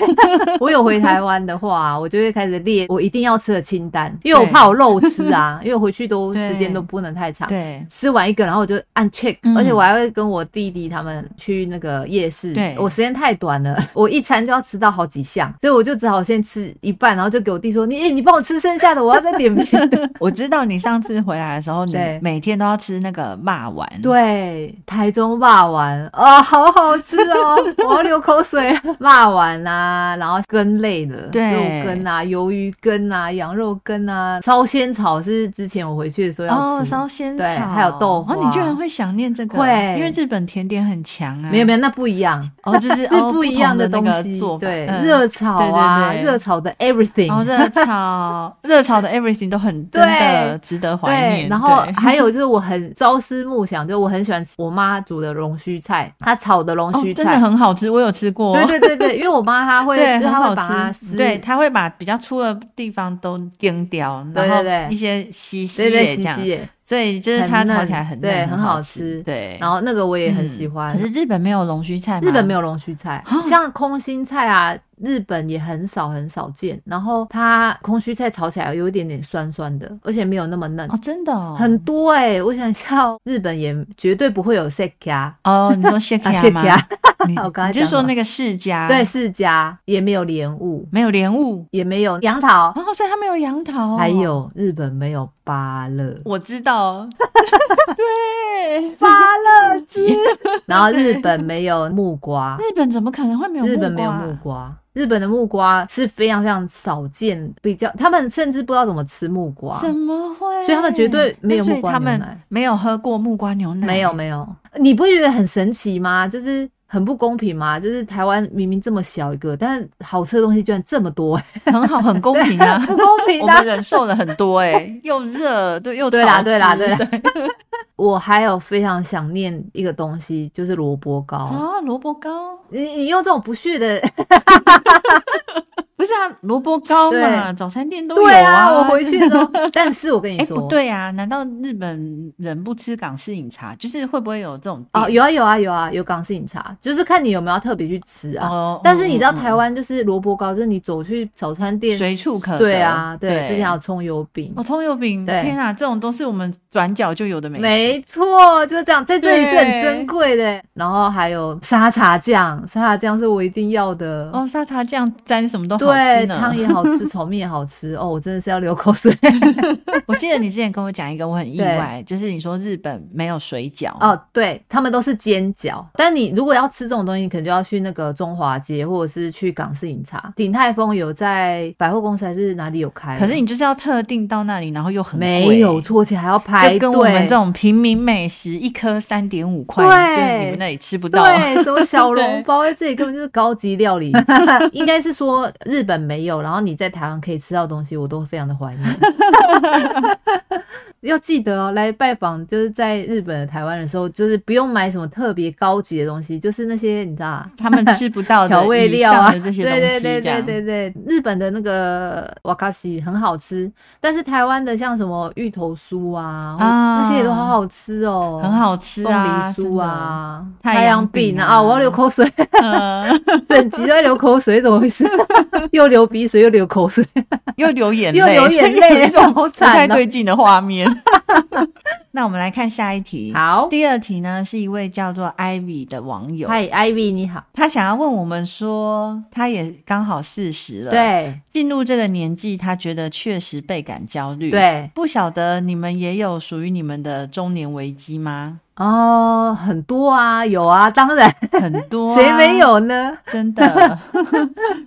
[SPEAKER 2] 我有回台湾的话，我就会开始列我一定要吃的清单，因为我
[SPEAKER 1] 对
[SPEAKER 2] 怕我漏吃
[SPEAKER 1] [laughs]
[SPEAKER 2] 啊，因为我回去都
[SPEAKER 1] 对
[SPEAKER 2] 时间都不能太长。
[SPEAKER 1] 对
[SPEAKER 2] 吃完一个，然后我就按 check，、
[SPEAKER 1] 嗯
[SPEAKER 2] 而且我还会跟我弟弟他们去那个夜市。
[SPEAKER 1] 对
[SPEAKER 2] 我时间太短了， [laughs] 我一餐就要吃到好几项，所以我就只好先吃一半，然后就给我弟说：“你、诶你帮我吃剩下的，我要再点别的。
[SPEAKER 1] 我知道你上次回来的时候，你
[SPEAKER 2] 对
[SPEAKER 1] 每天都要吃那个骂丸”。，
[SPEAKER 2] 对，台中霸丸啊、 [laughs] 好好吃哦，
[SPEAKER 1] [laughs]
[SPEAKER 2] 我要流口水了。霸丸啊，然后根类的，
[SPEAKER 1] 对
[SPEAKER 2] 肉根啊、鱿鱼根啊、羊肉根啊，烧仙草是之前我回去的时候要
[SPEAKER 1] 哦，
[SPEAKER 2] 吃。
[SPEAKER 1] 烧仙草，
[SPEAKER 2] 对还有豆花
[SPEAKER 1] 哦，你居然会想念这个？
[SPEAKER 2] 会
[SPEAKER 1] 因为日本甜点很强啊。
[SPEAKER 2] 没有没有，那不一样，
[SPEAKER 1] 有，哦，就是
[SPEAKER 2] [laughs] 是
[SPEAKER 1] 哦
[SPEAKER 2] 不一样的
[SPEAKER 1] 同
[SPEAKER 2] 东
[SPEAKER 1] 那个
[SPEAKER 2] 西，
[SPEAKER 1] 做法，
[SPEAKER 2] 对，
[SPEAKER 1] 嗯
[SPEAKER 2] 热炒啊，
[SPEAKER 1] 对对对
[SPEAKER 2] 热炒的 everything，、
[SPEAKER 1] 哦，热
[SPEAKER 2] [laughs]
[SPEAKER 1] 炒，热炒的 everything 都很
[SPEAKER 2] 对
[SPEAKER 1] 真的值得怀
[SPEAKER 2] 对
[SPEAKER 1] 念。，
[SPEAKER 2] 然后
[SPEAKER 1] 对
[SPEAKER 2] [laughs] 还有就是我很朝思暮想，就我很喜欢吃我妈煮的龙须菜，她炒的龙
[SPEAKER 1] 哦
[SPEAKER 2] 须，
[SPEAKER 1] 真的
[SPEAKER 2] 菜。
[SPEAKER 1] 很好吃，我有吃过。
[SPEAKER 2] 对对对对，因为我妈她会，
[SPEAKER 1] 对，
[SPEAKER 2] 就是
[SPEAKER 1] 很
[SPEAKER 2] 她
[SPEAKER 1] 好
[SPEAKER 2] 会把它
[SPEAKER 1] 吃。
[SPEAKER 2] 撕，
[SPEAKER 1] 对，他会把比较粗的地方都颠掉，
[SPEAKER 2] 对
[SPEAKER 1] 然后
[SPEAKER 2] 对对
[SPEAKER 1] 一些稀稀
[SPEAKER 2] 对对
[SPEAKER 1] 也
[SPEAKER 2] 稀
[SPEAKER 1] 这样
[SPEAKER 2] 稀，耶，
[SPEAKER 1] 所以就是它
[SPEAKER 2] 很嫩
[SPEAKER 1] 炒起来很嫩，
[SPEAKER 2] 对很好
[SPEAKER 1] 好
[SPEAKER 2] 吃
[SPEAKER 1] 对，
[SPEAKER 2] 然后那个我也很喜
[SPEAKER 1] 嗯
[SPEAKER 2] 欢。
[SPEAKER 1] 可是日本没有龙须菜吗，
[SPEAKER 2] 日本没
[SPEAKER 1] 有
[SPEAKER 2] 有龙须菜
[SPEAKER 1] 哦，
[SPEAKER 2] 像空心菜啊，日本也很少很少见。然后它空须菜炒起来有一点点酸酸的，而且没有那么嫩
[SPEAKER 1] 哦，，真的哦
[SPEAKER 2] 很多哎、我想笑，日本也绝对不会有 s e k a
[SPEAKER 1] 哦。你说谢
[SPEAKER 2] [laughs] 啊
[SPEAKER 1] 家
[SPEAKER 2] s e
[SPEAKER 1] 吗
[SPEAKER 2] k？a
[SPEAKER 1] 你
[SPEAKER 2] [laughs] 我刚才
[SPEAKER 1] 你就
[SPEAKER 2] 讲
[SPEAKER 1] 说
[SPEAKER 2] 了
[SPEAKER 1] 那个世家，
[SPEAKER 2] 对，世家也没有莲雾，
[SPEAKER 1] 没有莲雾，
[SPEAKER 2] 也没有杨桃，
[SPEAKER 1] 然后所以它没有杨桃哦，，
[SPEAKER 2] 还有日本没有芭乐
[SPEAKER 1] 我知
[SPEAKER 2] [laughs]
[SPEAKER 1] 道，对，
[SPEAKER 2] 芭乐 [laughs] 汁，然后日本没有木瓜，
[SPEAKER 1] 日本怎么可能会没有
[SPEAKER 2] 日
[SPEAKER 1] 木
[SPEAKER 2] 本没有
[SPEAKER 1] 瓜啊
[SPEAKER 2] 木瓜。日本的木瓜是非常非常少见，比较他们甚至不知道怎么吃木瓜，
[SPEAKER 1] 怎么会？
[SPEAKER 2] 所以他们绝对没有
[SPEAKER 1] 那所以
[SPEAKER 2] 木瓜
[SPEAKER 1] 他
[SPEAKER 2] 牛奶
[SPEAKER 1] 们没有喝过木瓜牛奶，
[SPEAKER 2] 没有没有，你不觉得很神奇吗？就是很不公平吗？就是台湾明明这么小一个，但是好吃的东西居然这么多、欸
[SPEAKER 1] 很好，很公平
[SPEAKER 2] [laughs]
[SPEAKER 1] 啊。
[SPEAKER 2] 不公平
[SPEAKER 1] 我
[SPEAKER 2] 的、
[SPEAKER 1] 们忍受了很多哎、
[SPEAKER 2] [laughs]
[SPEAKER 1] 又热，对，又
[SPEAKER 2] 对啦
[SPEAKER 1] 潮
[SPEAKER 2] 对啦
[SPEAKER 1] 湿
[SPEAKER 2] 对啦我还有非常想念一个东西，就是萝卜糕。
[SPEAKER 1] 啊，萝卜糕
[SPEAKER 2] 你你用这种不屑的，
[SPEAKER 1] 不是啊，萝卜糕嘛，
[SPEAKER 2] 对
[SPEAKER 1] 早餐店都有
[SPEAKER 2] 对啊，
[SPEAKER 1] 啊。
[SPEAKER 2] 我回去的
[SPEAKER 1] [laughs]
[SPEAKER 2] 时候，但是我跟你
[SPEAKER 1] 哎、
[SPEAKER 2] 说，
[SPEAKER 1] 不对啊，难道日本人不吃港式饮茶？就是会不会有这种
[SPEAKER 2] 哦，
[SPEAKER 1] 店
[SPEAKER 2] 有啊有啊有啊，有港式饮茶，就是看你有没有要特别去吃啊。
[SPEAKER 1] 哦
[SPEAKER 2] 但是你知道台、
[SPEAKER 1] 嗯
[SPEAKER 2] 湾就是萝卜糕，就是你走去早餐
[SPEAKER 1] 嗯嗯
[SPEAKER 2] 店，
[SPEAKER 1] 随处可得
[SPEAKER 2] 对啊，对，之前还有
[SPEAKER 1] 哦，
[SPEAKER 2] 葱油饼，
[SPEAKER 1] 葱油饼，
[SPEAKER 2] 对
[SPEAKER 1] 天啊，这种都是我们转角就有的美食。
[SPEAKER 2] 没错，就是这样，在这里是很
[SPEAKER 1] 对
[SPEAKER 2] 珍贵的。然后还有沙茶酱，沙茶酱是我一定要的。
[SPEAKER 1] 哦，沙茶酱沾什么都好吃
[SPEAKER 2] 对，
[SPEAKER 1] 呢。
[SPEAKER 2] 汤也好吃，炒面也好吃。哦，我真的是要流口水。
[SPEAKER 1] [laughs] 我记得你之前跟我讲一个，我很意外，就是你说日本没有水饺，
[SPEAKER 2] 哦，对，他们都是煎饺。但你如果要吃这种东西，你可能就要去那个中华街，或者是去港式饮茶。鼎泰丰有在百货公司还是哪里有开啊？
[SPEAKER 1] 可是你就是要特定到那里，然后又很贵
[SPEAKER 2] 没有，错，而且还要排
[SPEAKER 1] 就
[SPEAKER 2] 队。
[SPEAKER 1] 跟我们这种平民美食一颗三点五块，
[SPEAKER 2] 对
[SPEAKER 1] 就是你们那里吃不到。
[SPEAKER 2] 对，什么
[SPEAKER 1] [laughs]
[SPEAKER 2] 小笼包在这里根本就是高级料理，应该是说日本没有，然后你在台湾可以吃到的东西，我都非常的
[SPEAKER 1] [laughs]
[SPEAKER 2] 怀念。要记得哦，来拜访就是在日本的台湾的时候，就是不用买什么特别高级的东西，就是那些你知道啊
[SPEAKER 1] 他们吃不到的
[SPEAKER 2] 调味料
[SPEAKER 1] 哦以
[SPEAKER 2] 啊
[SPEAKER 1] 上的这些东西，
[SPEAKER 2] [laughs] 对对
[SPEAKER 1] 这
[SPEAKER 2] 对
[SPEAKER 1] 样
[SPEAKER 2] 对对对，日本的那个瓦卡西很好吃，但是台湾的像什么芋头酥啊，
[SPEAKER 1] 啊
[SPEAKER 2] 那些也都好好吃哦，
[SPEAKER 1] 很好吃啊，
[SPEAKER 2] 凤梨酥啊，
[SPEAKER 1] 真的太阳饼啊
[SPEAKER 2] 啊我要流口水， [laughs]
[SPEAKER 1] 真的， [laughs] 呃，
[SPEAKER 2] 整集都在流口水，怎么回事？ [laughs] 又流鼻水，又流口水，
[SPEAKER 1] 又流眼
[SPEAKER 2] 又
[SPEAKER 1] 泪，
[SPEAKER 2] 流眼泪
[SPEAKER 1] 这有一种
[SPEAKER 2] 好
[SPEAKER 1] 不
[SPEAKER 2] 惨啊
[SPEAKER 1] 太对劲的画面。 [laughs] 那我们来看下一题。
[SPEAKER 2] [laughs] 好，
[SPEAKER 1] 第二题呢，是一位叫做 Ivy 的网友，
[SPEAKER 2] 嗨，Ivy 你好，
[SPEAKER 1] 他想要问我们说，他也刚好四十了，，
[SPEAKER 2] 对
[SPEAKER 1] 进入这个年纪，他觉得确实倍感焦虑。，
[SPEAKER 2] 对
[SPEAKER 1] 不晓得你们也有属于你们的中年危机吗？
[SPEAKER 2] 哦，很多啊，有啊，当然，
[SPEAKER 1] 很多、啊
[SPEAKER 2] 谁没？有呢？
[SPEAKER 1] 真的，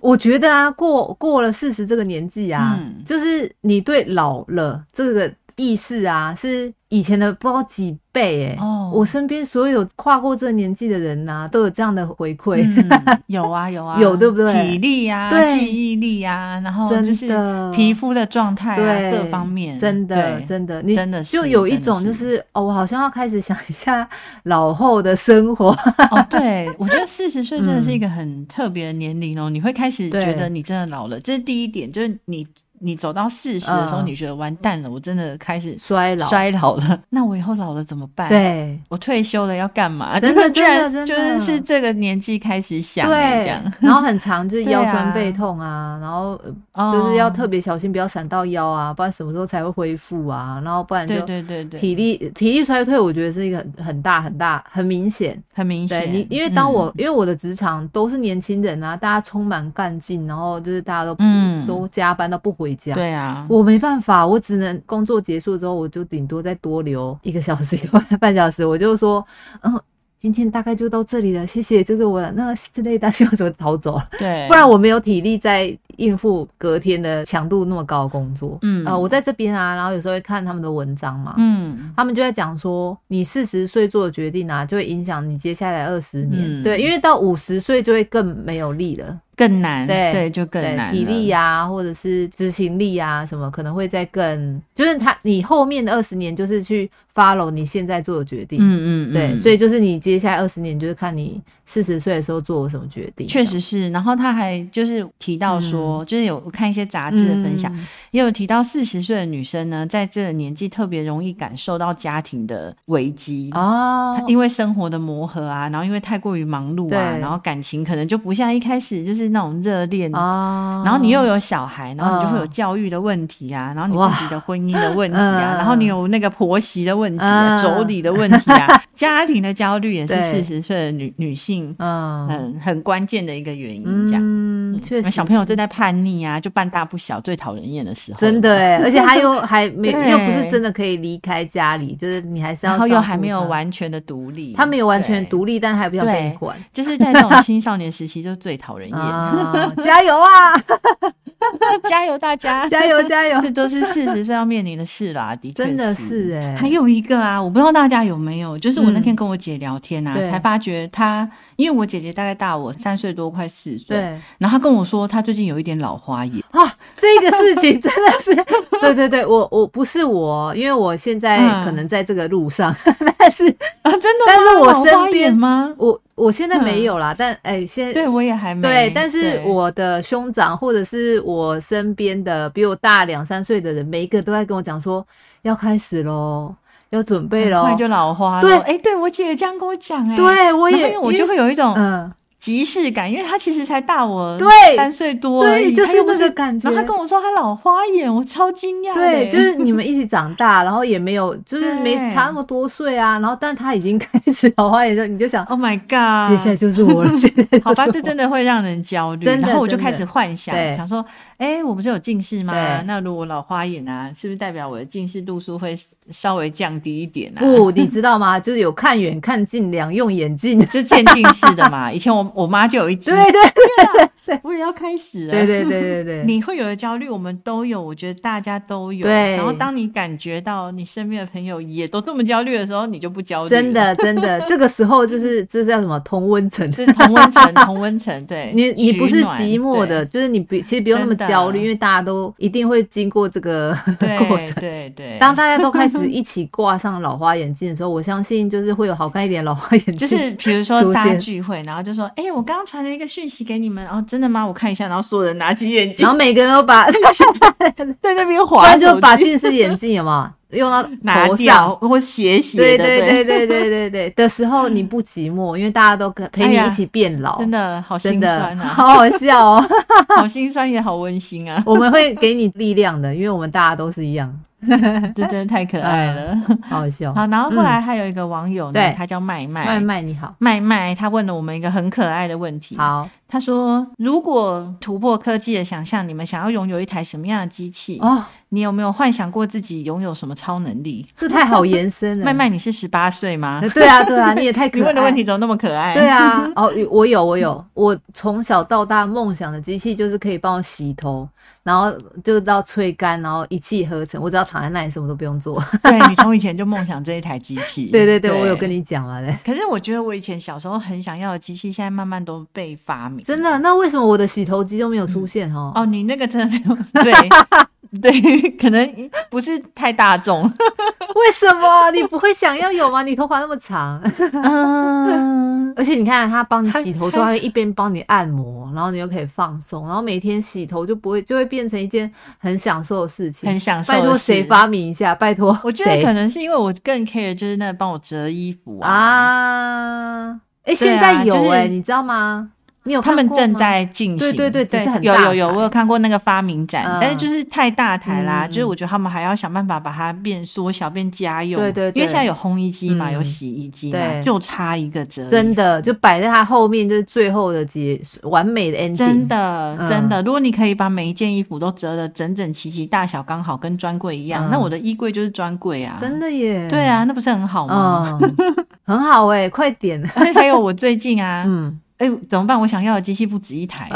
[SPEAKER 2] 我觉得啊，过过了四十这个年纪啊，
[SPEAKER 1] 嗯
[SPEAKER 2] 就是你对老了这个意识啊，是以前的不知道几倍哎、
[SPEAKER 1] 哦
[SPEAKER 2] 我身边所有跨过这个年纪的人呐、都有这样的回馈。
[SPEAKER 1] 嗯有
[SPEAKER 2] [laughs]
[SPEAKER 1] 啊有啊，
[SPEAKER 2] 有对不对
[SPEAKER 1] 体力呀、
[SPEAKER 2] 对
[SPEAKER 1] 记忆力呀、然后
[SPEAKER 2] 真的
[SPEAKER 1] 就是皮肤的状态啊，
[SPEAKER 2] 对
[SPEAKER 1] 各方面，
[SPEAKER 2] 真的，
[SPEAKER 1] 对
[SPEAKER 2] 真的，你
[SPEAKER 1] 真的是
[SPEAKER 2] 就有一种
[SPEAKER 1] 真
[SPEAKER 2] 就
[SPEAKER 1] 的
[SPEAKER 2] 是
[SPEAKER 1] 是
[SPEAKER 2] 哦，我好像要开始想一下老后的生活。
[SPEAKER 1] 哦，对，我觉得四十岁真的是一个很特别的年龄哦，你会开始觉得
[SPEAKER 2] 嗯对
[SPEAKER 1] 你真的老了，这是第一点，就是你你走到四十的时候，
[SPEAKER 2] 嗯
[SPEAKER 1] 你觉得完蛋了，我真的开始
[SPEAKER 2] 衰
[SPEAKER 1] [laughs]
[SPEAKER 2] 老
[SPEAKER 1] 衰老了， [laughs] 那我以后老了怎么办？，
[SPEAKER 2] 对
[SPEAKER 1] 我退休了要干嘛？
[SPEAKER 2] 真
[SPEAKER 1] 就
[SPEAKER 2] 的
[SPEAKER 1] 是居然
[SPEAKER 2] 真的
[SPEAKER 1] 就
[SPEAKER 2] 真
[SPEAKER 1] 是
[SPEAKER 2] 的
[SPEAKER 1] 是这个年纪开始想欸这
[SPEAKER 2] 对
[SPEAKER 1] 样，，
[SPEAKER 2] 然后很长就是
[SPEAKER 1] 对啊
[SPEAKER 2] 腰酸背痛啊，然后呃
[SPEAKER 1] 哦
[SPEAKER 2] 就是要特别小心，不要闪到腰啊，不然什么时候才会恢复啊？然后不然就
[SPEAKER 1] 对对对对，
[SPEAKER 2] 体力体力衰退，我觉得是一个很很大很大很明显。
[SPEAKER 1] 很明
[SPEAKER 2] 对
[SPEAKER 1] 显。
[SPEAKER 2] 你，因为当我、
[SPEAKER 1] 嗯
[SPEAKER 2] 因为我的职场都是年轻人啊，大家充满干劲，然后就是大家都、
[SPEAKER 1] 嗯
[SPEAKER 2] 都加班到不回家。
[SPEAKER 1] 对啊，
[SPEAKER 2] 我没办法，我只能工作结束之后，我就顶多再多留一个小时、一个半半小时，我就说， [laughs] 嗯，今天大概就到这里了，谢谢，就是我那之类的， [laughs]
[SPEAKER 1] 哎
[SPEAKER 2] 希望就逃走了，
[SPEAKER 1] 对，
[SPEAKER 2] 不然我没有体力再应付隔天的强度那么高的工作。
[SPEAKER 1] 嗯
[SPEAKER 2] 呃，我在这边啊，然后有时候会看他们的文章嘛，
[SPEAKER 1] 嗯
[SPEAKER 2] 他们就在讲说，你四十岁做的决定啊，就会影响你接下来二十年。
[SPEAKER 1] 嗯
[SPEAKER 2] 对，因为到五十岁就会更没有力了，
[SPEAKER 1] 更难，
[SPEAKER 2] 对
[SPEAKER 1] 对，就更
[SPEAKER 2] 对
[SPEAKER 1] 难，
[SPEAKER 2] 体力、啊，或者是执行力啊，什么可能会再更，就是他你后面的二十年就是去 follow 你现在做的决定。
[SPEAKER 1] 嗯嗯嗯，
[SPEAKER 2] 对，所以就是你接下来二十年，就是看你四十岁的时候做什么决定。
[SPEAKER 1] 确实是，然后他还就是提到说，就是有我看一些杂
[SPEAKER 2] 这
[SPEAKER 1] 志
[SPEAKER 2] 样，
[SPEAKER 1] 的分享，
[SPEAKER 2] 嗯
[SPEAKER 1] 也有提到四十岁的女生呢，在这个年纪特别容易感受到家庭的危机。
[SPEAKER 2] 哦，
[SPEAKER 1] 因为生活的磨合啊，然后因为太过于忙碌啊，
[SPEAKER 2] 对
[SPEAKER 1] 然后感情可能就不像一开始就是那种热恋，
[SPEAKER 2] 哦，
[SPEAKER 1] 然后你又有小孩，然后你就会有
[SPEAKER 2] 嗯
[SPEAKER 1] 教育的问题啊，然后
[SPEAKER 2] 哇
[SPEAKER 1] 你自己的婚姻的问题啊，
[SPEAKER 2] 嗯
[SPEAKER 1] 然后你有那个婆媳的问题啊、
[SPEAKER 2] 嗯
[SPEAKER 1] 妯娌的问题
[SPEAKER 2] [laughs]
[SPEAKER 1] 啊，家庭的焦虑也是
[SPEAKER 2] 对
[SPEAKER 1] 四十岁的女女性
[SPEAKER 2] 嗯
[SPEAKER 1] 很很关键的一个原因，这样。
[SPEAKER 2] 嗯，确
[SPEAKER 1] 那
[SPEAKER 2] 实
[SPEAKER 1] 小朋友正在叛逆啊，就半大不小，最讨人厌的时候，
[SPEAKER 2] 真
[SPEAKER 1] [laughs]
[SPEAKER 2] 的，哎，而且他又还没
[SPEAKER 1] 对
[SPEAKER 2] 又不是真的可以离开家里，就是你还是要，
[SPEAKER 1] 然后又还没有，完全的独立，
[SPEAKER 2] 他没有完全
[SPEAKER 1] 对，
[SPEAKER 2] 独立，但还不想被
[SPEAKER 1] 对
[SPEAKER 2] 你管。
[SPEAKER 1] 就是在这种青少年时期就最讨人
[SPEAKER 2] [laughs]
[SPEAKER 1] 厌。
[SPEAKER 2] 啊，加油啊，
[SPEAKER 1] [laughs] [laughs] 加油大家，
[SPEAKER 2] [laughs] 加油加油
[SPEAKER 1] 这！都是四十岁要面临的事啦，的确
[SPEAKER 2] 真的
[SPEAKER 1] 是
[SPEAKER 2] 是哎、
[SPEAKER 1] 还有一个啊，我不知道大家有没有，就是我那天
[SPEAKER 2] 嗯
[SPEAKER 1] 跟我姐聊天啊，
[SPEAKER 2] 对
[SPEAKER 1] 才发觉她，因为我姐姐大概大我三岁多，快四岁，
[SPEAKER 2] 对
[SPEAKER 1] 然后她跟我说，她最近有一点老花眼，
[SPEAKER 2] 啊，这个事情真的是， [laughs] 对对对，我我不是我，因为我现在
[SPEAKER 1] 嗯
[SPEAKER 2] 可能在这个路上， [laughs] 但是
[SPEAKER 1] 啊，真的吗？
[SPEAKER 2] 但是我
[SPEAKER 1] 老花
[SPEAKER 2] 身边
[SPEAKER 1] 眼吗？
[SPEAKER 2] 我我现在没有
[SPEAKER 1] 嗯
[SPEAKER 2] 啦，但哎、现
[SPEAKER 1] 对，我也还没。
[SPEAKER 2] 对，但是
[SPEAKER 1] 对
[SPEAKER 2] 我的兄长或者是我身边的比我大两三岁的人，每一个都在跟我讲说要开始喽，要准备
[SPEAKER 1] 很
[SPEAKER 2] 喽
[SPEAKER 1] 快。就老花了。
[SPEAKER 2] 对
[SPEAKER 1] 哎、对我姐也这样跟我讲、哎，然后
[SPEAKER 2] 对，我
[SPEAKER 1] 因
[SPEAKER 2] 也
[SPEAKER 1] 为我就会有一种
[SPEAKER 2] 嗯，
[SPEAKER 1] 即视感，因为她其实才大我
[SPEAKER 2] 对
[SPEAKER 1] 三岁多而已，
[SPEAKER 2] 对，就
[SPEAKER 1] 她
[SPEAKER 2] 是
[SPEAKER 1] 又不
[SPEAKER 2] 那个
[SPEAKER 1] 是。
[SPEAKER 2] 感觉。
[SPEAKER 1] 然后她跟我说她老花眼，我超惊讶的、
[SPEAKER 2] 对，就是你们一起长大，然后也没有，就是没差那么多岁啊。然后，但他已经 [laughs] 开始老花眼症，你就想，
[SPEAKER 1] Oh my God！
[SPEAKER 2] 接下来就是
[SPEAKER 1] [laughs]
[SPEAKER 2] 我了。接下来就是我
[SPEAKER 1] 好吧，这真的会让人焦虑。
[SPEAKER 2] 真的
[SPEAKER 1] 然后我就
[SPEAKER 2] 真的
[SPEAKER 1] 开始幻想，
[SPEAKER 2] 对
[SPEAKER 1] 想说，哎、我不是有近视吗
[SPEAKER 2] 对？
[SPEAKER 1] 那如果老花眼啊，是不是代表我的近视度数会稍微降低一点啊？
[SPEAKER 2] 不，你知道吗？就是有看远看近两用眼镜。
[SPEAKER 1] 就渐进式的
[SPEAKER 2] [laughs]
[SPEAKER 1] 嘛。以前我我妈就有一只，
[SPEAKER 2] 对对 [laughs]
[SPEAKER 1] 我也要开始了。
[SPEAKER 2] 对对对对对，
[SPEAKER 1] 你会有的焦虑，我们都有，我觉得大家都有。
[SPEAKER 2] 对
[SPEAKER 1] 然后当你感觉到你身边的朋友也都这么焦虑的时候，你就不焦虑。
[SPEAKER 2] 真，的真的，这个时候就是这叫什么同温层。
[SPEAKER 1] 这是同温层，同温层。对，
[SPEAKER 2] [laughs] 你你不
[SPEAKER 1] 取
[SPEAKER 2] 是
[SPEAKER 1] 暖
[SPEAKER 2] 寂寞的，，就是你不其实不用那么
[SPEAKER 1] 真的
[SPEAKER 2] 焦虑，因为大家都一定会经过这个
[SPEAKER 1] 对
[SPEAKER 2] 过
[SPEAKER 1] 对
[SPEAKER 2] 程。
[SPEAKER 1] 对对。
[SPEAKER 2] 当大家都开始一起挂上老花眼镜的时候，我相信就是会有好看一点的老花 [laughs] 眼镜。
[SPEAKER 1] 就是比如说
[SPEAKER 2] 出
[SPEAKER 1] 大家
[SPEAKER 2] 现
[SPEAKER 1] 聚会，然后就说：“哎、我刚刚传了一个讯息给你们，哦，真的吗？我看一下。”然后所有人拿起 [laughs] 眼镜
[SPEAKER 2] 然后每个人都把，
[SPEAKER 1] 在那边
[SPEAKER 2] 不
[SPEAKER 1] 划
[SPEAKER 2] 然
[SPEAKER 1] 手机，
[SPEAKER 2] 就把近视眼镜有没
[SPEAKER 1] [laughs]
[SPEAKER 2] 有用到
[SPEAKER 1] 拿
[SPEAKER 2] 头
[SPEAKER 1] 掉
[SPEAKER 2] 上？
[SPEAKER 1] 或斜斜
[SPEAKER 2] 对
[SPEAKER 1] 的，
[SPEAKER 2] 对
[SPEAKER 1] 对
[SPEAKER 2] 对对对对对的时候，你不寂寞，因为大家都跟陪你一起变
[SPEAKER 1] [laughs]
[SPEAKER 2] 老，
[SPEAKER 1] 真的好
[SPEAKER 2] 真
[SPEAKER 1] 心
[SPEAKER 2] 的
[SPEAKER 1] 酸啊，
[SPEAKER 2] 好好笑哦。 [laughs]
[SPEAKER 1] 好心酸也好温馨啊。
[SPEAKER 2] 我们会给你力量的，因为我们大家都是一样。
[SPEAKER 1] 这真的太可爱了。
[SPEAKER 2] 好好笑。
[SPEAKER 1] 嗯好，然后后来还有一个网友呢，
[SPEAKER 2] 嗯对
[SPEAKER 1] 他叫麦麦，
[SPEAKER 2] 麦麦你好，
[SPEAKER 1] 麦麦他问了我们一个很可爱的问题。
[SPEAKER 2] 好
[SPEAKER 1] 他说：“如果突破科技的想象，你们想要拥有一台什么样的机器？
[SPEAKER 2] 哦，
[SPEAKER 1] 你有没有幻想过自己拥有什么超能力
[SPEAKER 2] 这太好延伸？”了。
[SPEAKER 1] [laughs] 麦麦，你是十八岁吗？
[SPEAKER 2] 对啊，对啊，你也太嗯
[SPEAKER 1] [laughs]
[SPEAKER 2] 可
[SPEAKER 1] 你
[SPEAKER 2] 爱
[SPEAKER 1] 问的问题怎么那么可爱？
[SPEAKER 2] 对啊，哦，我有，我有，我从小到大梦想的机器就是可以帮我洗头，然后就到吹干，然后一气呵成，我只要躺在那里什么都不
[SPEAKER 1] [laughs]
[SPEAKER 2] 用做。
[SPEAKER 1] [laughs] 对你从以前就梦想这一台机器。
[SPEAKER 2] [laughs] 对对对，我有跟。你讲了嘞。
[SPEAKER 1] 可是我觉得我以前小时候很想要的机器，现在慢慢都被发明。
[SPEAKER 2] 真的？那为什么我的洗头机都没有出现哦？
[SPEAKER 1] 哦，你那个真的没
[SPEAKER 2] [laughs]
[SPEAKER 1] 有对。对，可能不是太大
[SPEAKER 2] [laughs]
[SPEAKER 1] 众。
[SPEAKER 2] 为什么你不会想要有吗？你头发那么
[SPEAKER 1] [laughs]
[SPEAKER 2] 长，
[SPEAKER 1] 嗯，
[SPEAKER 2] 而且你看他帮你洗头的时候，
[SPEAKER 1] 还
[SPEAKER 2] 他会一边帮你按摩，然后你又可以放松，然后每天洗头就不会就会变成一件很享受的事
[SPEAKER 1] [laughs]
[SPEAKER 2] 情。
[SPEAKER 1] 很享受。
[SPEAKER 2] 拜托谁？发明一下？拜托谁，
[SPEAKER 1] 我觉得可能是因为我更 care 就是那帮我折衣服啊，
[SPEAKER 2] 啊，
[SPEAKER 1] 对
[SPEAKER 2] 哎、
[SPEAKER 1] 啊
[SPEAKER 2] 现在有
[SPEAKER 1] 就是
[SPEAKER 2] 哎、你知道吗？你有
[SPEAKER 1] 他
[SPEAKER 2] 看
[SPEAKER 1] 们
[SPEAKER 2] 过
[SPEAKER 1] 正
[SPEAKER 2] 吗
[SPEAKER 1] 在进行。
[SPEAKER 2] 对对对只是很
[SPEAKER 1] 有
[SPEAKER 2] 大
[SPEAKER 1] 有有，
[SPEAKER 2] 台
[SPEAKER 1] 我有看过那个发明展，
[SPEAKER 2] 嗯
[SPEAKER 1] 但是就是太大台啦，
[SPEAKER 2] 嗯
[SPEAKER 1] 就是我觉得他们还要想办法把它变缩小、变家用。
[SPEAKER 2] 对对对
[SPEAKER 1] 因为现在有烘衣机嘛，
[SPEAKER 2] 嗯
[SPEAKER 1] 有洗衣机嘛，
[SPEAKER 2] 对
[SPEAKER 1] 就差一个折衣服。
[SPEAKER 2] 真的就摆在他后面，就是最后的结完美的 ending。
[SPEAKER 1] 真，的，
[SPEAKER 2] 嗯
[SPEAKER 1] 真的，如果你可以把每一件衣服都折得整整齐齐，大小刚好，跟专柜一样，
[SPEAKER 2] 嗯
[SPEAKER 1] 那我的衣柜就是专柜啊。
[SPEAKER 2] 真的耶。
[SPEAKER 1] 对，啊，那不是很好吗？
[SPEAKER 2] 嗯，很好哎、快点。
[SPEAKER 1] 而 [laughs] 且还有我最近啊，
[SPEAKER 2] 嗯，
[SPEAKER 1] [laughs] 哎、怎么办？我想要的机器不止一台。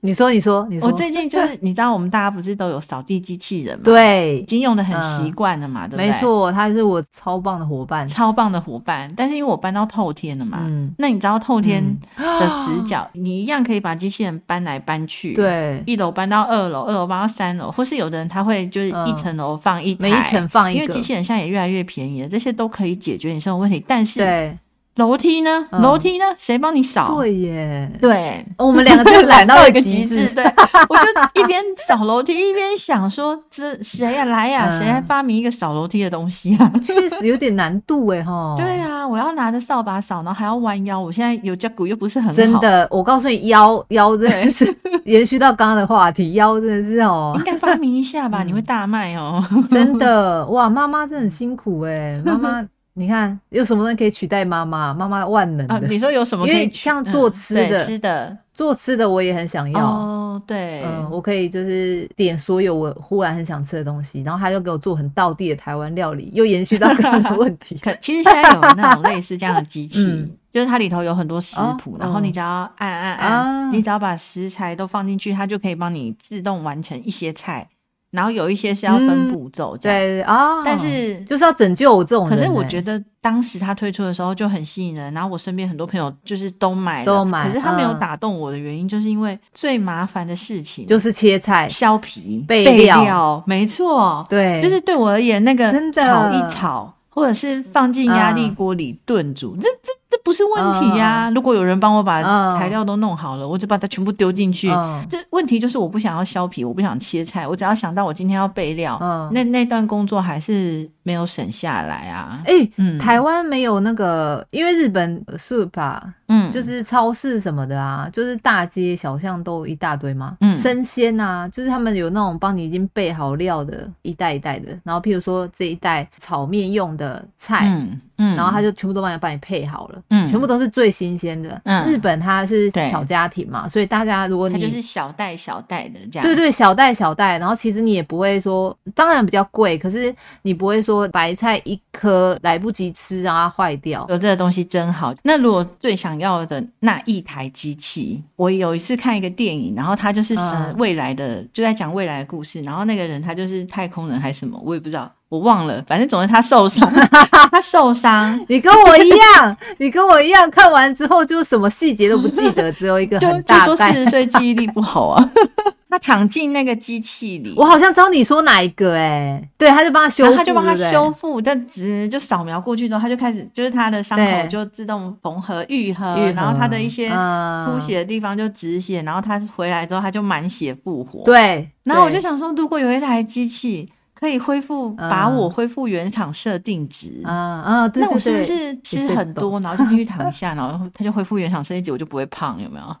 [SPEAKER 2] 你说，你说， [laughs] 你说，
[SPEAKER 1] 我最近就是，你知道我们大家不是都有扫地机器人吗？，
[SPEAKER 2] 对
[SPEAKER 1] 已，经用的很习惯了嘛，对不对？
[SPEAKER 2] 嗯没，错，他是我超棒的伙伴。
[SPEAKER 1] 超棒的伙伴。但是因为我搬到透天了嘛，
[SPEAKER 2] 嗯，
[SPEAKER 1] 那你知道透天的死角，你一样可以把机器人搬来搬去。。
[SPEAKER 2] 对，
[SPEAKER 1] 一楼搬到二楼，二楼搬到三楼，或是有的人他会就是
[SPEAKER 2] 嗯
[SPEAKER 1] 一层楼放一台，
[SPEAKER 2] 每一层放一
[SPEAKER 1] 因
[SPEAKER 2] 个，
[SPEAKER 1] 为机器人现在也越来越便宜了，这些都可以解决你生活问题。但是
[SPEAKER 2] 对
[SPEAKER 1] 楼梯呢？
[SPEAKER 2] 嗯
[SPEAKER 1] 楼梯呢？谁帮你扫？
[SPEAKER 2] 对耶，
[SPEAKER 1] 对，
[SPEAKER 2] 我们两个真的懒到
[SPEAKER 1] 到
[SPEAKER 2] 了
[SPEAKER 1] 一个
[SPEAKER 2] 极
[SPEAKER 1] 致，
[SPEAKER 2] 致。
[SPEAKER 1] 对，我就一边扫楼梯一边想说，这谁呀、来呀、
[SPEAKER 2] 嗯
[SPEAKER 1] 谁还发明一个扫楼梯的东西啊？
[SPEAKER 2] 确实有点难度哎哈。
[SPEAKER 1] 对啊，我要拿着扫把扫，然后还要弯腰，我现在有脚骨又不是很好，
[SPEAKER 2] 真的，我告诉你，腰腰真的是 [laughs] 延续到刚刚的话题，腰真的是
[SPEAKER 1] [laughs]
[SPEAKER 2] 哦
[SPEAKER 1] 应，该发明一下吧，
[SPEAKER 2] 嗯
[SPEAKER 1] 你会大卖哦。
[SPEAKER 2] 真的哇，妈妈真的很辛苦哎、妈
[SPEAKER 1] [laughs]
[SPEAKER 2] 妈，你看有什么东西可以取代妈妈？妈妈万能
[SPEAKER 1] 啊，[laughs]
[SPEAKER 2] 的，
[SPEAKER 1] 你说有什么可
[SPEAKER 2] 因为
[SPEAKER 1] 以取？嗯
[SPEAKER 2] 像做吃
[SPEAKER 1] 对
[SPEAKER 2] 的，
[SPEAKER 1] 吃的
[SPEAKER 2] 做吃的我也很想要。
[SPEAKER 1] 哦，对，。
[SPEAKER 2] 嗯，我可以就是点所有我忽然很想吃的东西，然后他就给我做很道地的台湾料理，又延续到刚刚的问题
[SPEAKER 1] [laughs] 可其实现在有那种类似这样的机器，
[SPEAKER 2] 嗯
[SPEAKER 1] 就是它里头有很多食谱，
[SPEAKER 2] 哦
[SPEAKER 1] 然后你只要按按按，
[SPEAKER 2] 啊
[SPEAKER 1] 你只要把食材都放进去，它就可以帮你自动完成一些菜。然后有一些是要分
[SPEAKER 2] 嗯
[SPEAKER 1] 步骤这样，
[SPEAKER 2] 对对啊，
[SPEAKER 1] 但是。
[SPEAKER 2] 就是要拯救我这种
[SPEAKER 1] 可
[SPEAKER 2] 人欸、
[SPEAKER 1] 是我觉得当时它推出的时候就很吸引人，然后我身边很多朋友就是都买了
[SPEAKER 2] 都买
[SPEAKER 1] 可是它没有
[SPEAKER 2] 嗯
[SPEAKER 1] 打动我的原因，就是因为最麻烦的事情
[SPEAKER 2] 就是是切菜，
[SPEAKER 1] 削皮
[SPEAKER 2] 备料
[SPEAKER 1] 料，没错，
[SPEAKER 2] 对，
[SPEAKER 1] 就是对我而言，那个
[SPEAKER 2] 真的嗯
[SPEAKER 1] 炒一炒，或者是放进压力锅里炖煮，这这这不是问题呀、如果有人帮我把
[SPEAKER 2] 嗯
[SPEAKER 1] 材料都弄好了，我就把它全部丢进去。
[SPEAKER 2] 嗯
[SPEAKER 1] 这问题就是我不想要削皮，我不想切菜，我只要想到我今天要备料，
[SPEAKER 2] 嗯
[SPEAKER 1] 那那段工作还是没有省下来啊。
[SPEAKER 2] 哎、
[SPEAKER 1] 嗯
[SPEAKER 2] 台湾没有那个，因为日本呃是吧，
[SPEAKER 1] 嗯，
[SPEAKER 2] 就是超市什么的啊，就是大街小巷都有一大堆嘛，
[SPEAKER 1] 嗯
[SPEAKER 2] 生鲜啊，就是他们有那种帮你已经备好料的，一袋一袋的，然后譬如说这一袋炒面用的菜。
[SPEAKER 1] 嗯嗯，
[SPEAKER 2] 然后他就全部都帮你帮你配好了，
[SPEAKER 1] 嗯
[SPEAKER 2] 全部都是最新鲜的。
[SPEAKER 1] 嗯
[SPEAKER 2] 日本它是
[SPEAKER 1] 对
[SPEAKER 2] 小家庭嘛，所以大家如果
[SPEAKER 1] 它
[SPEAKER 2] 你
[SPEAKER 1] 就是小袋小袋的这样，
[SPEAKER 2] 对对，小袋小袋，然后其实你也不会说，当然比较贵，可是你不会说白菜一颗来不及吃啊坏掉。
[SPEAKER 1] 有这个东西真好。那如果最想要的那一台机器，我有一次看一个电影，然后他就是呃
[SPEAKER 2] 嗯
[SPEAKER 1] 未来的，就在讲未来的故事，然后那个人他就是太空人还是什么，我也不知道，我忘了，反正总之他受伤， [laughs] 他受伤。
[SPEAKER 2] 你跟我一样，你跟我一样，看完之后就什么细节都不记得，只有一个
[SPEAKER 1] 就
[SPEAKER 2] 很
[SPEAKER 1] 就
[SPEAKER 2] 大
[SPEAKER 1] 说四
[SPEAKER 2] 概。
[SPEAKER 1] 十岁记忆力不好啊， [laughs] 他躺进那个机器里，
[SPEAKER 2] [laughs] 我好像知道你说哪一个哎、对，他就帮他
[SPEAKER 1] 嗯
[SPEAKER 2] 修
[SPEAKER 1] 然
[SPEAKER 2] 复，
[SPEAKER 1] 后他就帮他
[SPEAKER 2] 对不对
[SPEAKER 1] 修复，但只就扫描过去之后，他就开始就是他的伤口
[SPEAKER 2] 对
[SPEAKER 1] 就自动缝合愈合，
[SPEAKER 2] 愈合
[SPEAKER 1] 然后他的一些
[SPEAKER 2] 嗯
[SPEAKER 1] 出血的地方就止血，然后他回来之后他就满血复活。，
[SPEAKER 2] 对，
[SPEAKER 1] 然后我就
[SPEAKER 2] 对
[SPEAKER 1] 想说，如果有一台机器可以恢复，
[SPEAKER 2] 嗯
[SPEAKER 1] 把我恢复原厂设定值。
[SPEAKER 2] 啊啊，对
[SPEAKER 1] 那我
[SPEAKER 2] 对
[SPEAKER 1] 是不
[SPEAKER 2] 对，
[SPEAKER 1] 是吃很多，然后就进去躺一下，然后它就恢复原厂设定值，我就不会胖，有没有？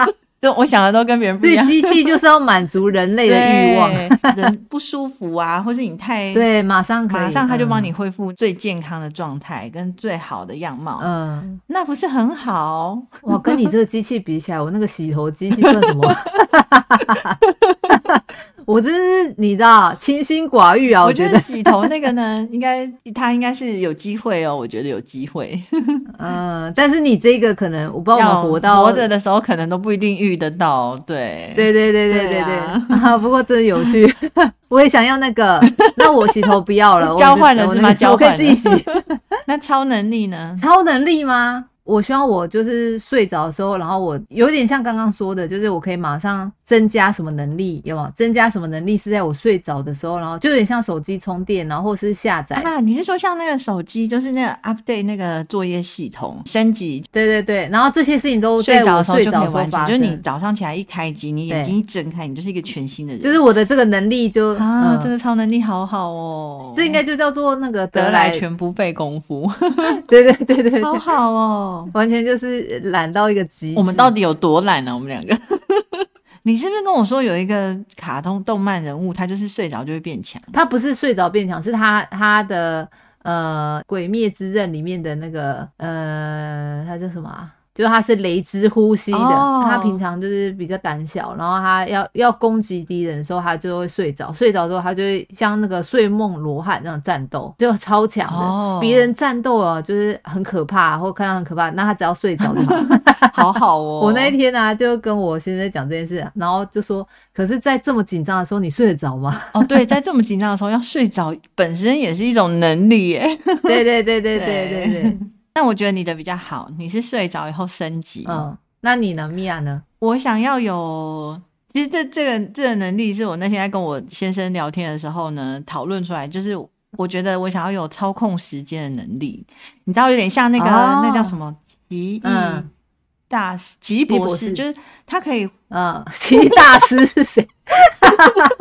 [SPEAKER 1] [laughs] 就我想的都跟别人不一
[SPEAKER 2] 对，
[SPEAKER 1] 样。
[SPEAKER 2] 机器就是要满足人类的欲望，
[SPEAKER 1] 望，人不舒服啊，或是你太，
[SPEAKER 2] 对，马上可以
[SPEAKER 1] 马上他就帮你
[SPEAKER 2] 嗯
[SPEAKER 1] 恢复最健康的状态跟最好的样貌，
[SPEAKER 2] 嗯
[SPEAKER 1] 那不是很好？
[SPEAKER 2] 哇，跟你这个机器比起来，我那个洗头机器算什么？ [laughs] 我真是你知道，清心寡欲 [laughs] 啊！我
[SPEAKER 1] 我
[SPEAKER 2] 觉
[SPEAKER 1] 觉
[SPEAKER 2] 得
[SPEAKER 1] 得，洗头那个呢，应该他应该是有机会哦，我觉得有机
[SPEAKER 2] [laughs]
[SPEAKER 1] 会。
[SPEAKER 2] 嗯，但是你这个可能，我不知道我
[SPEAKER 1] 要
[SPEAKER 2] 们活到
[SPEAKER 1] 活着的时候，可能都不一定遇得到。对，
[SPEAKER 2] 对对对对
[SPEAKER 1] 对
[SPEAKER 2] 对对
[SPEAKER 1] 啊
[SPEAKER 2] [laughs] 啊！不过真有趣， [laughs] 我也想要那个。那我洗头不要了，我
[SPEAKER 1] [laughs] 交换了
[SPEAKER 2] 我
[SPEAKER 1] 是吗
[SPEAKER 2] 那个
[SPEAKER 1] 交
[SPEAKER 2] 我可
[SPEAKER 1] 换
[SPEAKER 2] 以自己洗。
[SPEAKER 1] 那超能力呢？
[SPEAKER 2] 超能力吗？我希望我就是睡着的时候，然后我有点像刚刚说的，就是我可以马上增加什么能力，有没有？增加什么能力是在我睡着的时候，然后就有点像手机充电，然后或是下载。
[SPEAKER 1] 啊，你是说像那个手机，就是那个 update 那个作业系统升级，
[SPEAKER 2] 对对对，然后这些事情都
[SPEAKER 1] 睡
[SPEAKER 2] 在
[SPEAKER 1] 着
[SPEAKER 2] 我
[SPEAKER 1] 的时候
[SPEAKER 2] 睡
[SPEAKER 1] 就
[SPEAKER 2] 着
[SPEAKER 1] 可
[SPEAKER 2] 的
[SPEAKER 1] 以
[SPEAKER 2] 时候
[SPEAKER 1] 完成，
[SPEAKER 2] 发
[SPEAKER 1] 就是你
[SPEAKER 2] 生，
[SPEAKER 1] 早上起来一开机，你眼
[SPEAKER 2] 对
[SPEAKER 1] 睛一睁开，你就是一个全新的人。
[SPEAKER 2] 就是我的这个能力就
[SPEAKER 1] 啊，
[SPEAKER 2] 嗯
[SPEAKER 1] 这个超能力好好哦，
[SPEAKER 2] 这应该就叫做那个
[SPEAKER 1] 得
[SPEAKER 2] 来
[SPEAKER 1] 来，全不费功夫，
[SPEAKER 2] 对对对对对，
[SPEAKER 1] 好好哦。
[SPEAKER 2] 完全就是懒到一个极致。
[SPEAKER 1] 我们到底有多懒呢、我们两个。 [laughs] 你是不是跟我说有一个卡通动漫人物，他就是睡着就会变强？
[SPEAKER 2] 他不是睡着变强，是他他的呃《鬼灭之刃》里面的那个呃，他叫什么、啊？就是他是雷之呼吸的
[SPEAKER 1] 哦
[SPEAKER 2] 他平常就是比较胆小，然后他要要攻击敌人的时候，他就会睡着，睡着之后他就会像那个睡梦罗汉那种战斗，就超强
[SPEAKER 1] 哦
[SPEAKER 2] 的。别、人战斗啊，就是很可怕，或看到很可怕，那他只要睡着就好。
[SPEAKER 1] [laughs] 好好 [laughs] 哦，
[SPEAKER 2] [laughs] 我那一天呢、啊，就跟我先生讲这件事，然后就说，可是，在这么紧张的时候，你睡得着吗？
[SPEAKER 1] 哦，对，在这么紧张的时候要睡着，本身也是一种能力耶。 [laughs]
[SPEAKER 2] 对对对对对对
[SPEAKER 1] 对
[SPEAKER 2] 对。
[SPEAKER 1] 但我觉得你的比较好，你是睡着以后升级。
[SPEAKER 2] 嗯，那你呢，米娅呢？
[SPEAKER 1] 我想要有，其实这这个这个能力是我那天在跟我先生聊天的时候呢讨论出来，就是我觉得我想要有操控时间的能力。你知道，有点像那个、
[SPEAKER 2] 哦
[SPEAKER 1] 那叫什么奇异
[SPEAKER 2] 嗯
[SPEAKER 1] 大师奇异
[SPEAKER 2] 博
[SPEAKER 1] 博
[SPEAKER 2] 士
[SPEAKER 1] 士，就是他可以
[SPEAKER 2] [laughs] 嗯，奇异大师是谁？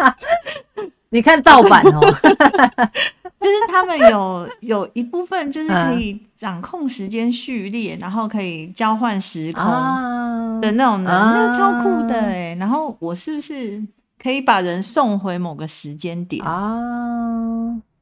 [SPEAKER 2] [laughs] 你看盗版哦，
[SPEAKER 1] 就是他们有有一部分就是
[SPEAKER 2] 嗯
[SPEAKER 1] 可以掌控时间序列，然后可以交换时空
[SPEAKER 2] [laughs] 啊
[SPEAKER 1] 的那种人，
[SPEAKER 2] 啊
[SPEAKER 1] 那个超酷的哎、然后我是不是可以把人送回某个时间点？
[SPEAKER 2] 啊，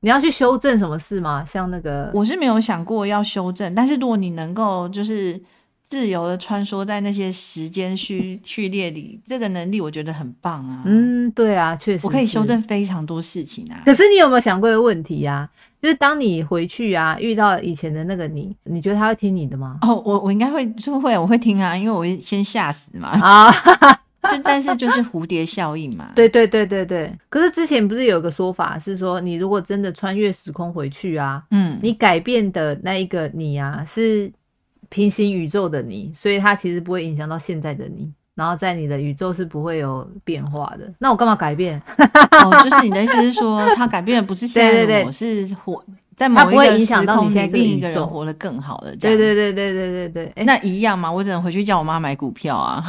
[SPEAKER 2] 你要去修正什么事吗？像那个，
[SPEAKER 1] 我是没有想过要修正，但是如果你能够就是自由的穿梭在那些时间序序列里，这个能力我觉得很棒啊。，
[SPEAKER 2] 嗯，对啊，确实，
[SPEAKER 1] 我可以修。正非常多事情啊。
[SPEAKER 2] 可是你有没有想过一个问题呀、就是当你回去啊，遇到以前的那个你，你觉得他会听你的吗？
[SPEAKER 1] 哦，我我应该会就会我会听啊，因为我会先吓死嘛。
[SPEAKER 2] 啊，
[SPEAKER 1] 就但是就是蝴蝶效应嘛。
[SPEAKER 2] [laughs] 对对对对对。可是之前不是有一个说法是说，你如果真的穿越时空回去啊，
[SPEAKER 1] 嗯，
[SPEAKER 2] 你改变的那一个你啊，是平行宇宙的你，所以它其实不会影响到现在的你，然后在你的宇宙是不会有变化的。那我干嘛改变？
[SPEAKER 1] 哦，就是你的意思是说，他改变的不是现在
[SPEAKER 2] 对
[SPEAKER 1] 的
[SPEAKER 2] 对
[SPEAKER 1] 我，是活在某
[SPEAKER 2] 它
[SPEAKER 1] 一
[SPEAKER 2] 不会
[SPEAKER 1] 个
[SPEAKER 2] 影
[SPEAKER 1] 时
[SPEAKER 2] 响到
[SPEAKER 1] 空
[SPEAKER 2] 你现
[SPEAKER 1] 里
[SPEAKER 2] 在这个
[SPEAKER 1] 另一
[SPEAKER 2] 宇
[SPEAKER 1] 个人
[SPEAKER 2] 宙
[SPEAKER 1] 活得更好的。这
[SPEAKER 2] 对
[SPEAKER 1] 样
[SPEAKER 2] 对对对对对对，哎、
[SPEAKER 1] 那一样嘛，我只能回去叫我妈买股票啊。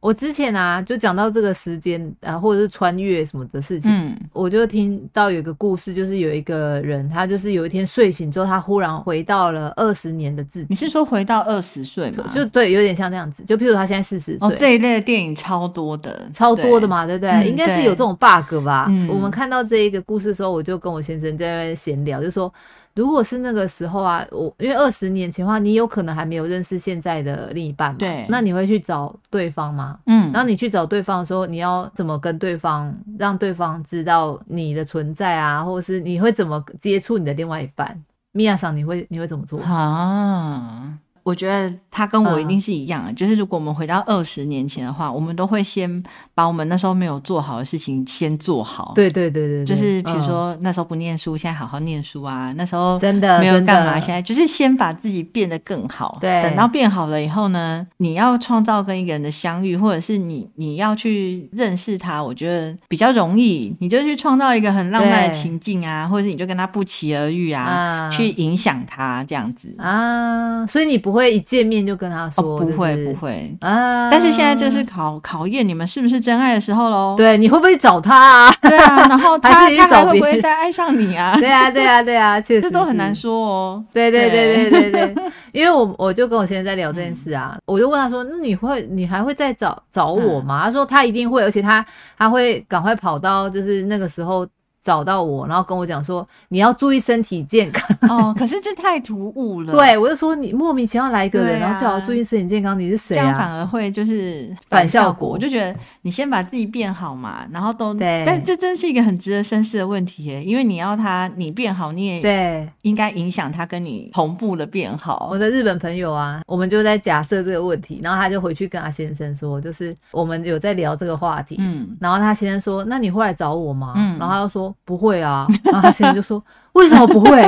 [SPEAKER 2] 我之前啊就讲到这个时间啊，或者是穿越什么的事情。
[SPEAKER 1] 嗯，
[SPEAKER 2] 我就听到有一个故事，就是有一个人，他就是有一天睡醒之后，他忽然回到了二十年的自己，
[SPEAKER 1] 你是说回到二十岁吗？
[SPEAKER 2] 就对，有点像那样子。就譬如他现在四十岁，
[SPEAKER 1] 哦，这一类的电影超多的，
[SPEAKER 2] 超多
[SPEAKER 1] 对
[SPEAKER 2] 的。嘛，对不对？
[SPEAKER 1] 嗯
[SPEAKER 2] 应该是有这种 bug 吧。
[SPEAKER 1] 对嗯
[SPEAKER 2] 我们看到这一个故事的时候，我就跟我先生在那边闲聊，就说如果是那个时候啊，我因为二十年前的话，你有可能还没有认识现在的另一半嘛，
[SPEAKER 1] 对
[SPEAKER 2] 那你会去找对方吗？
[SPEAKER 1] 嗯，
[SPEAKER 2] 然后你去找对方的时候，你要怎么跟对方，让对方知道你的存在啊，或者是你会怎么接触你的另外一半？米娅桑，你会你会怎么做？
[SPEAKER 1] 啊，我觉得他跟我一
[SPEAKER 2] 嗯
[SPEAKER 1] 定是一样的，就是如果我们回到二十年前的话，我们都会先把我们那时候没有做好的事情先做好。
[SPEAKER 2] 对对对对对，
[SPEAKER 1] 就是比如
[SPEAKER 2] 嗯、
[SPEAKER 1] 说那时候不念书，现在好好念书啊；那时候
[SPEAKER 2] 真的
[SPEAKER 1] 没有
[SPEAKER 2] 真的
[SPEAKER 1] 干嘛，现在就是先把自己变得更好。
[SPEAKER 2] 对
[SPEAKER 1] 等到变好了以后呢，你要创造跟一个人的相遇，或者是你你要去认识他，我觉得比较容易。你就去创造一个很浪漫的
[SPEAKER 2] 对
[SPEAKER 1] 情境啊，或者是你就跟他不期而遇啊，
[SPEAKER 2] 啊
[SPEAKER 1] 去影响他这样子。
[SPEAKER 2] 啊，所以你不会一见面就跟他
[SPEAKER 1] 哦，
[SPEAKER 2] 嗯说，
[SPEAKER 1] 不会
[SPEAKER 2] 就是
[SPEAKER 1] 不会。
[SPEAKER 2] 啊。
[SPEAKER 1] 但是现在就是考考验你们是不是真爱的时候喽。
[SPEAKER 2] 对，你会不会找他啊？
[SPEAKER 1] 对啊，然后他
[SPEAKER 2] 还是去
[SPEAKER 1] 他还
[SPEAKER 2] 找
[SPEAKER 1] 会
[SPEAKER 2] 别
[SPEAKER 1] 不会
[SPEAKER 2] 人
[SPEAKER 1] 再爱上你啊？
[SPEAKER 2] [laughs] 对啊，对啊，
[SPEAKER 1] [laughs]
[SPEAKER 2] 对啊，确实
[SPEAKER 1] 这都很难
[SPEAKER 2] 是。
[SPEAKER 1] 说哦。
[SPEAKER 2] 对对对对
[SPEAKER 1] [laughs]
[SPEAKER 2] 对对，因为我我就跟我先生在聊这件事
[SPEAKER 1] 嗯
[SPEAKER 2] 啊，我就问他说：“那你会你还会再找找我吗？”他说他一定会，而且他他会赶快跑到就是那个时候找到我，然后跟我讲说你要注意身体健康。 [laughs]
[SPEAKER 1] 哦，可是这太突兀了。
[SPEAKER 2] 对我就说你莫名其妙来一个人，
[SPEAKER 1] 嗯对啊
[SPEAKER 2] 然后叫我注意身体健康，你是
[SPEAKER 1] 这
[SPEAKER 2] 谁
[SPEAKER 1] 样反
[SPEAKER 2] 啊？
[SPEAKER 1] 而会就是
[SPEAKER 2] 反效
[SPEAKER 1] 效
[SPEAKER 2] 果
[SPEAKER 1] 我就觉得你先把自己变好嘛，然后都
[SPEAKER 2] 对
[SPEAKER 1] 但这真是一个很值得深思的问题耶，因为你要他你变好，你也
[SPEAKER 2] 对，
[SPEAKER 1] 应该影响他跟你同步的变好
[SPEAKER 2] 我。的日本朋友啊，我们就在假设这个问题，然后他就回去跟他先生说，就是我们有在聊这个话题，
[SPEAKER 1] 嗯，
[SPEAKER 2] 然后他先生说：“那你会来找我吗？”
[SPEAKER 1] 嗯
[SPEAKER 2] 然后他就说：“不
[SPEAKER 1] [laughs]
[SPEAKER 2] 会啊。”然后他先生就说：“为什么不会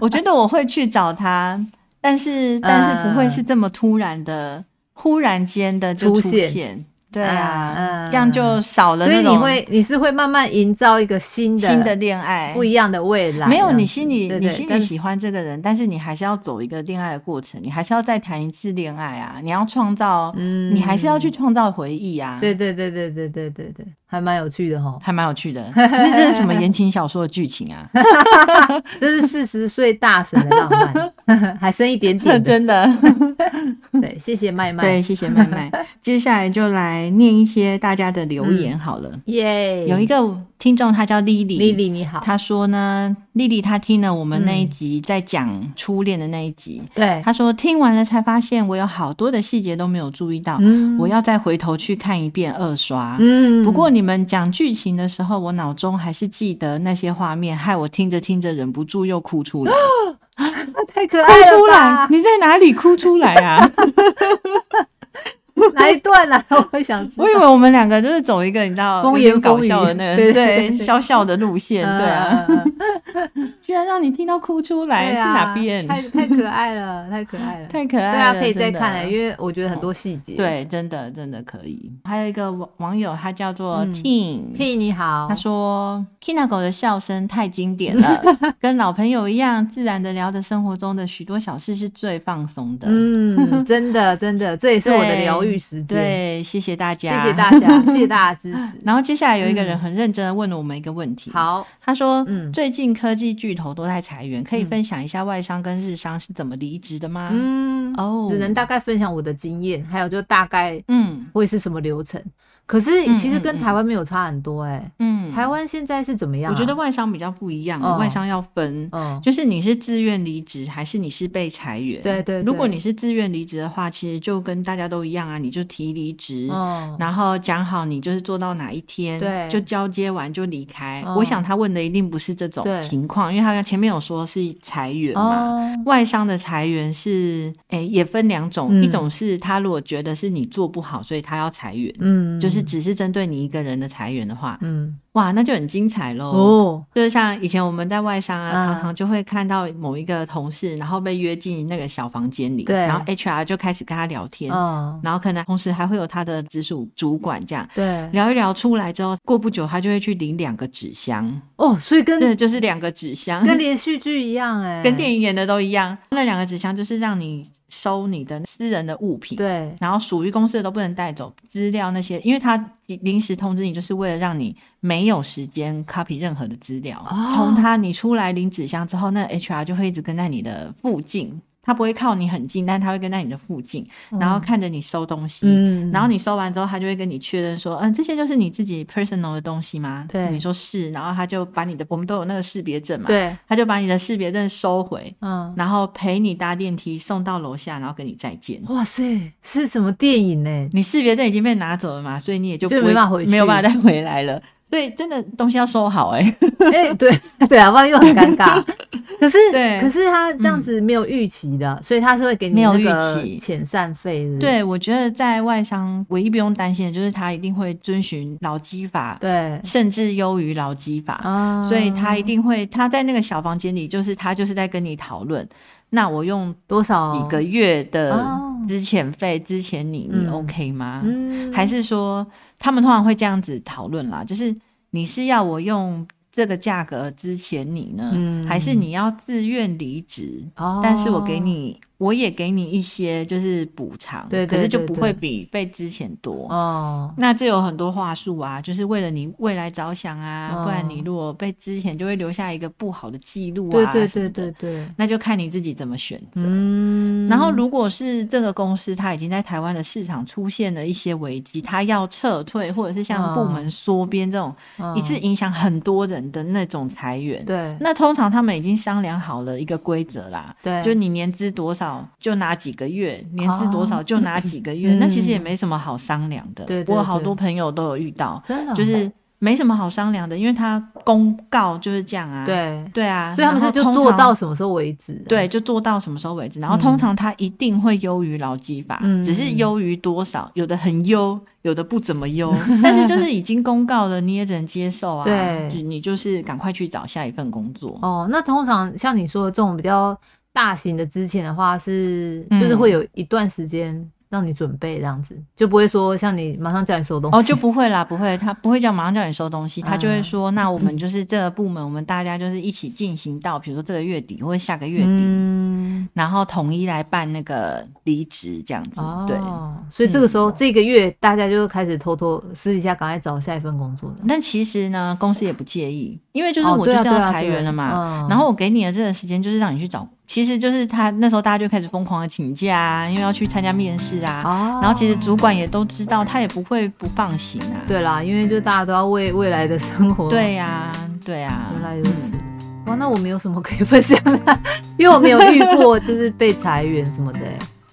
[SPEAKER 1] 我觉得我会去找他，但
[SPEAKER 2] 嗯
[SPEAKER 1] 是但是不会是这么突然的，忽然间的就
[SPEAKER 2] 出
[SPEAKER 1] 现。
[SPEAKER 2] 现
[SPEAKER 1] 对啊，
[SPEAKER 2] 嗯嗯
[SPEAKER 1] 这样就少？”了
[SPEAKER 2] 所以
[SPEAKER 1] 那种
[SPEAKER 2] 你会你是会慢慢营造一个新的
[SPEAKER 1] 新的恋爱，
[SPEAKER 2] 不一样的未来。
[SPEAKER 1] 没有，
[SPEAKER 2] 这样
[SPEAKER 1] 你
[SPEAKER 2] 子
[SPEAKER 1] 心里
[SPEAKER 2] 对
[SPEAKER 1] 你
[SPEAKER 2] 对
[SPEAKER 1] 心里
[SPEAKER 2] 但是
[SPEAKER 1] 喜欢这个人，但是你还是要走一个恋爱的过程，你还是要再谈一次恋爱啊，你要创造，
[SPEAKER 2] 嗯
[SPEAKER 1] 你还是要去创造回忆啊。
[SPEAKER 2] 对，对对对对对对对，还蛮有趣的哈。
[SPEAKER 1] 还蛮有趣
[SPEAKER 2] [laughs]
[SPEAKER 1] 的，这这是什么言情小说的剧情啊？
[SPEAKER 2] 这是四十岁大神的浪
[SPEAKER 1] [laughs]
[SPEAKER 2] 漫，还剩一点 [laughs] 点的。
[SPEAKER 1] 真的，
[SPEAKER 2] 对，谢谢麦麦。
[SPEAKER 1] [laughs] 对，，谢谢麦麦。接下来就来念一些大家的留言好了。
[SPEAKER 2] 耶，
[SPEAKER 1] 有一个听众，他叫 Lily，
[SPEAKER 2] 嗯丽嗯丽你好，
[SPEAKER 1] 她说呢，丽丽她听了我们那一集在讲初恋的那一集，
[SPEAKER 2] 对，
[SPEAKER 1] 她说听完了才发现我有好多的细节都没有注意到，
[SPEAKER 2] 嗯
[SPEAKER 1] 我要再回头去看一遍二刷。
[SPEAKER 2] 嗯，
[SPEAKER 1] 不过你们讲剧情的时候，我脑中还是记得那些画面，害我听着听着忍不住又哭
[SPEAKER 2] [gasps]
[SPEAKER 1] 出来，哭
[SPEAKER 2] 嗯太可爱
[SPEAKER 1] 出
[SPEAKER 2] 了
[SPEAKER 1] 来！
[SPEAKER 2] 吧，
[SPEAKER 1] [laughs] 你在哪里哭出来啊？
[SPEAKER 2] [laughs]
[SPEAKER 1] [laughs]
[SPEAKER 2] 哪一段啊？我会想知道
[SPEAKER 1] 我以。为我们两个就是走一个你知道
[SPEAKER 2] 风
[SPEAKER 1] 有点
[SPEAKER 2] 言
[SPEAKER 1] 搞
[SPEAKER 2] 风语
[SPEAKER 1] 笑的那个
[SPEAKER 2] [laughs] 对对
[SPEAKER 1] 对
[SPEAKER 2] 对
[SPEAKER 1] 笑笑的路线，对啊，
[SPEAKER 2] 嗯，嗯嗯
[SPEAKER 1] 居然让你听到哭出来，
[SPEAKER 2] 对
[SPEAKER 1] 是
[SPEAKER 2] 啊
[SPEAKER 1] 哪边？
[SPEAKER 2] 太太可爱了，太可爱
[SPEAKER 1] [laughs]
[SPEAKER 2] 了，
[SPEAKER 1] 太可爱了，
[SPEAKER 2] 对啊，可以再看
[SPEAKER 1] 真
[SPEAKER 2] 了，
[SPEAKER 1] 的
[SPEAKER 2] 因为我觉得很多细节。
[SPEAKER 1] 对，真的真的可以。还有一个网网友，他叫做
[SPEAKER 2] 嗯
[SPEAKER 1] Tin，、
[SPEAKER 2] ，T 你好，
[SPEAKER 1] 他说 Kinako 的笑声太经典
[SPEAKER 2] [laughs]
[SPEAKER 1] 了，跟老朋友一样，自然的聊着生活中的许多小事是最放松的。
[SPEAKER 2] 嗯，真的真的，这也是我的疗愈时间，
[SPEAKER 1] 对，谢谢大
[SPEAKER 2] 谢
[SPEAKER 1] 家，
[SPEAKER 2] 谢大。家，谢谢大家支持。
[SPEAKER 1] [laughs] 然后接下来有一个人
[SPEAKER 2] 嗯
[SPEAKER 1] 很认真的问了我们一个问题，，
[SPEAKER 2] 好，
[SPEAKER 1] 他说，
[SPEAKER 2] 嗯
[SPEAKER 1] 最近科技巨头都在裁员，可以
[SPEAKER 2] 嗯
[SPEAKER 1] 分享一下外商跟日商是怎么离职的吗？
[SPEAKER 2] 嗯，
[SPEAKER 1] 哦
[SPEAKER 2] 只能大概分享我的经验，还有就大概
[SPEAKER 1] 嗯
[SPEAKER 2] 会是什么流程。可是
[SPEAKER 1] 嗯
[SPEAKER 2] 其实跟
[SPEAKER 1] 嗯
[SPEAKER 2] 台湾没有差很多哎，
[SPEAKER 1] 嗯，
[SPEAKER 2] 台湾现在是怎么样
[SPEAKER 1] 我
[SPEAKER 2] 啊？
[SPEAKER 1] 觉得外商比较不一样，
[SPEAKER 2] 哦
[SPEAKER 1] 外商要分，
[SPEAKER 2] 嗯，
[SPEAKER 1] 就是你是自愿离职还是你是被裁员？
[SPEAKER 2] 对对对
[SPEAKER 1] 如果你是自愿离职的话，其实就跟大家都一样啊，你就提离职。
[SPEAKER 2] 嗯，
[SPEAKER 1] 然后讲好你就是做到哪一天，
[SPEAKER 2] 对
[SPEAKER 1] 就交接完就离开。
[SPEAKER 2] 嗯
[SPEAKER 1] 我想他问的一定不是这种
[SPEAKER 2] 对
[SPEAKER 1] 情况，因为他前面有说是裁员嘛。
[SPEAKER 2] 哦，
[SPEAKER 1] 外商的裁员是，诶、也分两种，
[SPEAKER 2] 嗯
[SPEAKER 1] 一种是他如果觉得是你做不好，所以他要裁员，
[SPEAKER 2] 嗯，
[SPEAKER 1] 就是只是针对你一个人的裁员的话，
[SPEAKER 2] 嗯
[SPEAKER 1] 哇，那就很精彩喽。
[SPEAKER 2] 哦，
[SPEAKER 1] 就是像以前我们在外商啊，
[SPEAKER 2] 嗯
[SPEAKER 1] 常常就会看到某一个同事，然后被约进那个小房间里，
[SPEAKER 2] 对
[SPEAKER 1] 然后 HR 就开始跟他聊天，
[SPEAKER 2] 嗯，
[SPEAKER 1] 然后可能同时还会有他的直属主管这样。
[SPEAKER 2] 对，
[SPEAKER 1] 聊一聊出来之后，过不久他就会去领两个纸箱，
[SPEAKER 2] 哦，所以跟
[SPEAKER 1] 对，就是两个纸箱，
[SPEAKER 2] 跟连续剧一样哎、
[SPEAKER 1] 跟电影演的都一样。那两个纸箱就是让你收你的私人的物品，
[SPEAKER 2] 对
[SPEAKER 1] 然后属于公司的都不能带走，资料那些，因为他临时通知你，就是为了让你没有时间 copy 任何的资料。
[SPEAKER 2] 哦
[SPEAKER 1] 从他你出来领纸箱之后，那 HR 就会一直跟在你的附近，他不会靠你很近，但他会跟在你的附近，然后看着你收东西。
[SPEAKER 2] 嗯
[SPEAKER 1] 然后你收完之后，他就会跟你确认说，嗯，这些就是你自己 personal 的东西吗？
[SPEAKER 2] 对
[SPEAKER 1] 你说是，然后他就把你的，我们都有那个识别证嘛，，
[SPEAKER 2] 对，
[SPEAKER 1] 他就把你的识别证收回，
[SPEAKER 2] 嗯，
[SPEAKER 1] 然后陪你搭电梯送到楼下，然后跟你再见。
[SPEAKER 2] 哇塞，是什么电影
[SPEAKER 1] [laughs]
[SPEAKER 2] 呢、
[SPEAKER 1] 你识别证已经被拿走了嘛，所以你也就
[SPEAKER 2] 就
[SPEAKER 1] 不会
[SPEAKER 2] 没办法回去
[SPEAKER 1] 没有办法再回来了。所以真的东西要收好哎、
[SPEAKER 2] 哎、对对啊，不然又很尴
[SPEAKER 1] [laughs]
[SPEAKER 2] 尬。可是
[SPEAKER 1] 对嗯
[SPEAKER 2] 可是他这样子没有预期的，所以他是会给你
[SPEAKER 1] 没有
[SPEAKER 2] 那个
[SPEAKER 1] 预期
[SPEAKER 2] 遣散费，是不是
[SPEAKER 1] [laughs] 对，我觉得在外商唯一不用担心的就是他一定会遵循劳基法，
[SPEAKER 2] 对
[SPEAKER 1] 甚至优于劳基法，
[SPEAKER 2] 啊
[SPEAKER 1] 所以他一定会他在那个小房间里，就是他就是在跟你讨论。那我用
[SPEAKER 2] 多少
[SPEAKER 1] 几个月的
[SPEAKER 2] 哦
[SPEAKER 1] 资遣费之前你，你
[SPEAKER 2] 嗯
[SPEAKER 1] OK 吗？
[SPEAKER 2] 嗯
[SPEAKER 1] 还是说他们通常会这样子讨论啦，就是你是要我用这个价格支钱你呢，
[SPEAKER 2] 嗯
[SPEAKER 1] 还是你要自愿离职？
[SPEAKER 2] 哦
[SPEAKER 1] 但是我给你我也给你一些就是补偿，
[SPEAKER 2] 对对
[SPEAKER 1] 可是就
[SPEAKER 2] 对
[SPEAKER 1] 不
[SPEAKER 2] 对
[SPEAKER 1] 会比被之前多。
[SPEAKER 2] 哦，
[SPEAKER 1] 那这有很多话术啊，就是为了你未来着想啊，
[SPEAKER 2] 哦
[SPEAKER 1] 不然你如果被之前就会留下一个不好的记录
[SPEAKER 2] 对
[SPEAKER 1] 啊，
[SPEAKER 2] 对
[SPEAKER 1] 什
[SPEAKER 2] 对
[SPEAKER 1] 么的
[SPEAKER 2] 对，对，
[SPEAKER 1] 那就看你自己怎么选择。
[SPEAKER 2] 嗯
[SPEAKER 1] 然后，如果是这个公司，它已经在台湾的市场出现了一些危机，它要撤退，或者是像部门缩编这种一次
[SPEAKER 2] 嗯
[SPEAKER 1] 影响很多人的那种裁员，
[SPEAKER 2] 对
[SPEAKER 1] 那通常他们已经商量好了一个规则啦，
[SPEAKER 2] 对，
[SPEAKER 1] 就你年资多少就拿几个月，年资多少就拿
[SPEAKER 2] [laughs]
[SPEAKER 1] 几个月，
[SPEAKER 2] 哦嗯
[SPEAKER 1] 那其实也没什么好商量的。
[SPEAKER 2] 对对
[SPEAKER 1] 我有好
[SPEAKER 2] 对嗯
[SPEAKER 1] 多朋友都有遇到，
[SPEAKER 2] 真的
[SPEAKER 1] 就是没什么好商量的，因为他公告就是这样啊。
[SPEAKER 2] 对，
[SPEAKER 1] 对啊，
[SPEAKER 2] 所以他们
[SPEAKER 1] 然
[SPEAKER 2] 是
[SPEAKER 1] 后
[SPEAKER 2] 就
[SPEAKER 1] 通
[SPEAKER 2] 做
[SPEAKER 1] 常
[SPEAKER 2] 到什么时候为止？，
[SPEAKER 1] 对，就做到什么时候为止。然后通常它一定会优于劳基法，
[SPEAKER 2] 嗯
[SPEAKER 1] 只是优于多少，有的很优，有的不怎么优。但是就是已经公告了，你也只能接受啊。
[SPEAKER 2] 对
[SPEAKER 1] 就你就是赶快去找下一份工作。
[SPEAKER 2] 哦，那通常像你说的这种比较大型的之前的话是，就是
[SPEAKER 1] 嗯
[SPEAKER 2] 会有一段时间让你准备这样子，就不会说像你马上叫你收东西，
[SPEAKER 1] 哦，就不会啦，不会，他不会叫马上叫你收东西，他就会
[SPEAKER 2] 嗯
[SPEAKER 1] 说，那我
[SPEAKER 2] [clears throat]
[SPEAKER 1] 们就是这个部门，我们大家就是一起进行到，比如说这个月底或者下个月底，
[SPEAKER 2] 嗯，
[SPEAKER 1] 然后统一来办那个离职这样子。
[SPEAKER 2] 哦，
[SPEAKER 1] 对，，嗯
[SPEAKER 2] 所以这个时候、这个月大家就开始偷偷私底下赶快找下一份工作了，
[SPEAKER 1] 但其实呢，公司也不介意，因为就是
[SPEAKER 2] 哦
[SPEAKER 1] 我就
[SPEAKER 2] 对啊
[SPEAKER 1] 是要
[SPEAKER 2] 对啊
[SPEAKER 1] 裁
[SPEAKER 2] 对啊
[SPEAKER 1] 员了嘛，
[SPEAKER 2] 嗯
[SPEAKER 1] 然后我给你的这个时间就是让你去找，其实就是他那时候大家就开始疯狂的请假啊，因为要去参加面试啊，
[SPEAKER 2] 哦，
[SPEAKER 1] 然后其实主管也都知道，他也不会不放行啊。
[SPEAKER 2] 对啦，因为就大家都要为未来的生活，
[SPEAKER 1] 对呀、对啊呀、
[SPEAKER 2] 原来如此。
[SPEAKER 1] 嗯
[SPEAKER 2] 哇，那我没有什么可以分享的，因为我没有遇过就是被裁员什么的、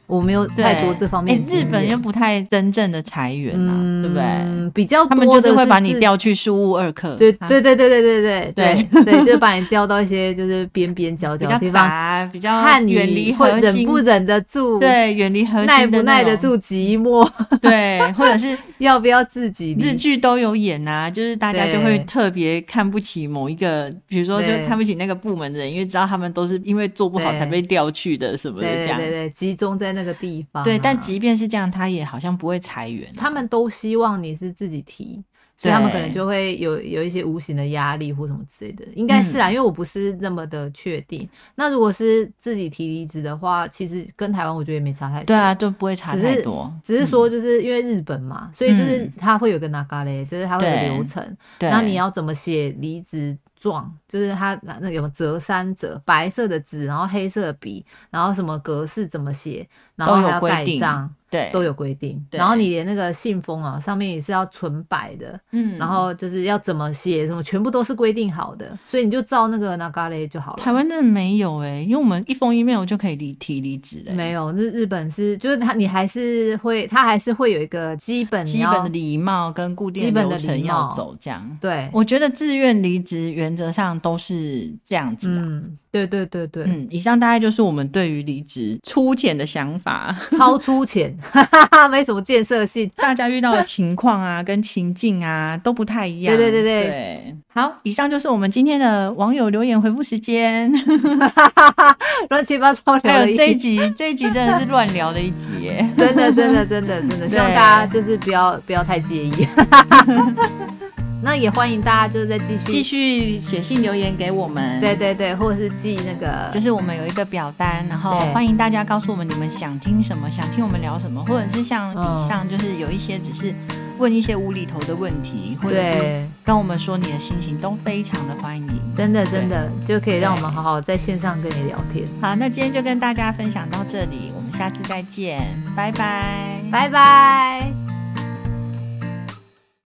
[SPEAKER 2] 我没有
[SPEAKER 1] 对
[SPEAKER 2] 太多这方面的
[SPEAKER 1] 诶
[SPEAKER 2] 经
[SPEAKER 1] 日
[SPEAKER 2] 验。
[SPEAKER 1] 本又不太真正的裁员啊，对不对？
[SPEAKER 2] 嗯？比较
[SPEAKER 1] 他们
[SPEAKER 2] 多
[SPEAKER 1] 就
[SPEAKER 2] 的
[SPEAKER 1] 是会把你
[SPEAKER 2] 自。
[SPEAKER 1] 调去书务二课，
[SPEAKER 2] 对
[SPEAKER 1] 啊
[SPEAKER 2] 对对对对对对
[SPEAKER 1] 对
[SPEAKER 2] 对对，就把你调到一些就是边边角
[SPEAKER 1] 比
[SPEAKER 2] 角的
[SPEAKER 1] 较
[SPEAKER 2] 地方，
[SPEAKER 1] 杂，比较
[SPEAKER 2] 看你
[SPEAKER 1] 远离
[SPEAKER 2] 会
[SPEAKER 1] 核
[SPEAKER 2] 忍
[SPEAKER 1] 心，
[SPEAKER 2] 不忍得住，，
[SPEAKER 1] 对远离核心，
[SPEAKER 2] 耐不耐得，住寂寞， [laughs]
[SPEAKER 1] 对，或者是
[SPEAKER 2] 要不要自己离
[SPEAKER 1] 日剧都有演啊，就是大家就会
[SPEAKER 2] 对
[SPEAKER 1] 特别看不起某一个，比如说就
[SPEAKER 2] 对
[SPEAKER 1] 看不起那个部门的人，因为知道他们都是因为做不好
[SPEAKER 2] 对
[SPEAKER 1] 才被调去的什么的
[SPEAKER 2] 对
[SPEAKER 1] 这
[SPEAKER 2] 对
[SPEAKER 1] 样。
[SPEAKER 2] 对对，集中在那个地方啊、
[SPEAKER 1] 对，但即便是这样，他也好像不会裁员啊、
[SPEAKER 2] 他们都希望你是自己提，所以他们可
[SPEAKER 1] 对
[SPEAKER 2] 能就会有有一些无形的压力或什么之类的，应该是啦，
[SPEAKER 1] 嗯
[SPEAKER 2] 因为我不是那么的确定。那如果是自己提离职的话，其实跟台湾我觉得也没差太多。
[SPEAKER 1] 对啊，，就不会差
[SPEAKER 2] 只
[SPEAKER 1] 太
[SPEAKER 2] 是
[SPEAKER 1] 多。
[SPEAKER 2] 只是说就是因为日本嘛，所以就是
[SPEAKER 1] 嗯
[SPEAKER 2] 它会有个 naga 嘞，就是它会有个
[SPEAKER 1] 对
[SPEAKER 2] 流程，
[SPEAKER 1] 对，
[SPEAKER 2] 那你要怎么写离职状？就是它那那有折三折，白色的纸，然后黑色的笔，然后什么格式怎么写，然后
[SPEAKER 1] 都有
[SPEAKER 2] 还要
[SPEAKER 1] 规
[SPEAKER 2] 盖
[SPEAKER 1] 定
[SPEAKER 2] 章。
[SPEAKER 1] 对
[SPEAKER 2] 都有规定，
[SPEAKER 1] 对
[SPEAKER 2] 然后你连那个信封啊，上面也是要纯白的，
[SPEAKER 1] 嗯，
[SPEAKER 2] 然后就是要怎么写，什么全部都是规定好的，所以你就照那个 nagare 就好了。
[SPEAKER 1] 台湾真的没有哎、因为我们一封 email 就可以离提离职的、欸
[SPEAKER 2] 没有，日日本是就是他，你还是会，他还是会有一个基本
[SPEAKER 1] 基
[SPEAKER 2] 你要
[SPEAKER 1] 本的礼貌跟固
[SPEAKER 2] 基
[SPEAKER 1] 定
[SPEAKER 2] 本的
[SPEAKER 1] 流程
[SPEAKER 2] 礼
[SPEAKER 1] 要
[SPEAKER 2] 貌
[SPEAKER 1] 走这样。
[SPEAKER 2] 对，
[SPEAKER 1] 我觉得自愿离职原则上都是这样子的、
[SPEAKER 2] 嗯，对对对对，
[SPEAKER 1] 嗯，以上大概就是我们对于离职粗浅的想法， [laughs]
[SPEAKER 2] 超粗浅，哈哈哈， [laughs] 没什么建设性。
[SPEAKER 1] 大家遇到的情况啊，跟情境啊都不太一样。
[SPEAKER 2] 对对对对
[SPEAKER 1] 对，好，以上就是我们今天的网友留言回复时
[SPEAKER 2] [laughs]
[SPEAKER 1] 间，
[SPEAKER 2] 乱七八糟聊
[SPEAKER 1] 还
[SPEAKER 2] 了
[SPEAKER 1] 有
[SPEAKER 2] 一
[SPEAKER 1] 这一集，这一集真的是乱聊的一集
[SPEAKER 2] [laughs]
[SPEAKER 1] 耶。
[SPEAKER 2] 真的真的真的真
[SPEAKER 1] [laughs]
[SPEAKER 2] 的，希望
[SPEAKER 1] 对
[SPEAKER 2] 大家就是不要不要太介意。 [laughs] 那也欢迎大家就是再继续
[SPEAKER 1] 继续写信留言给我们，
[SPEAKER 2] 对，对对，或者是寄那个，
[SPEAKER 1] 就是我们有一个表单，然后
[SPEAKER 2] 对
[SPEAKER 1] 欢迎大家告诉我们你们想听什么，想听我们聊什么，或者是像
[SPEAKER 2] 嗯
[SPEAKER 1] 以上就是有一些只是问一些无厘头的问题，或者是
[SPEAKER 2] 对，
[SPEAKER 1] 跟我们说你的心情，都非常的欢迎。
[SPEAKER 2] 真的真的就可以让我们好好在线上跟你聊天。
[SPEAKER 1] 好，那今天就跟大家分享到这里，我们下次再见，拜拜，
[SPEAKER 2] 拜拜。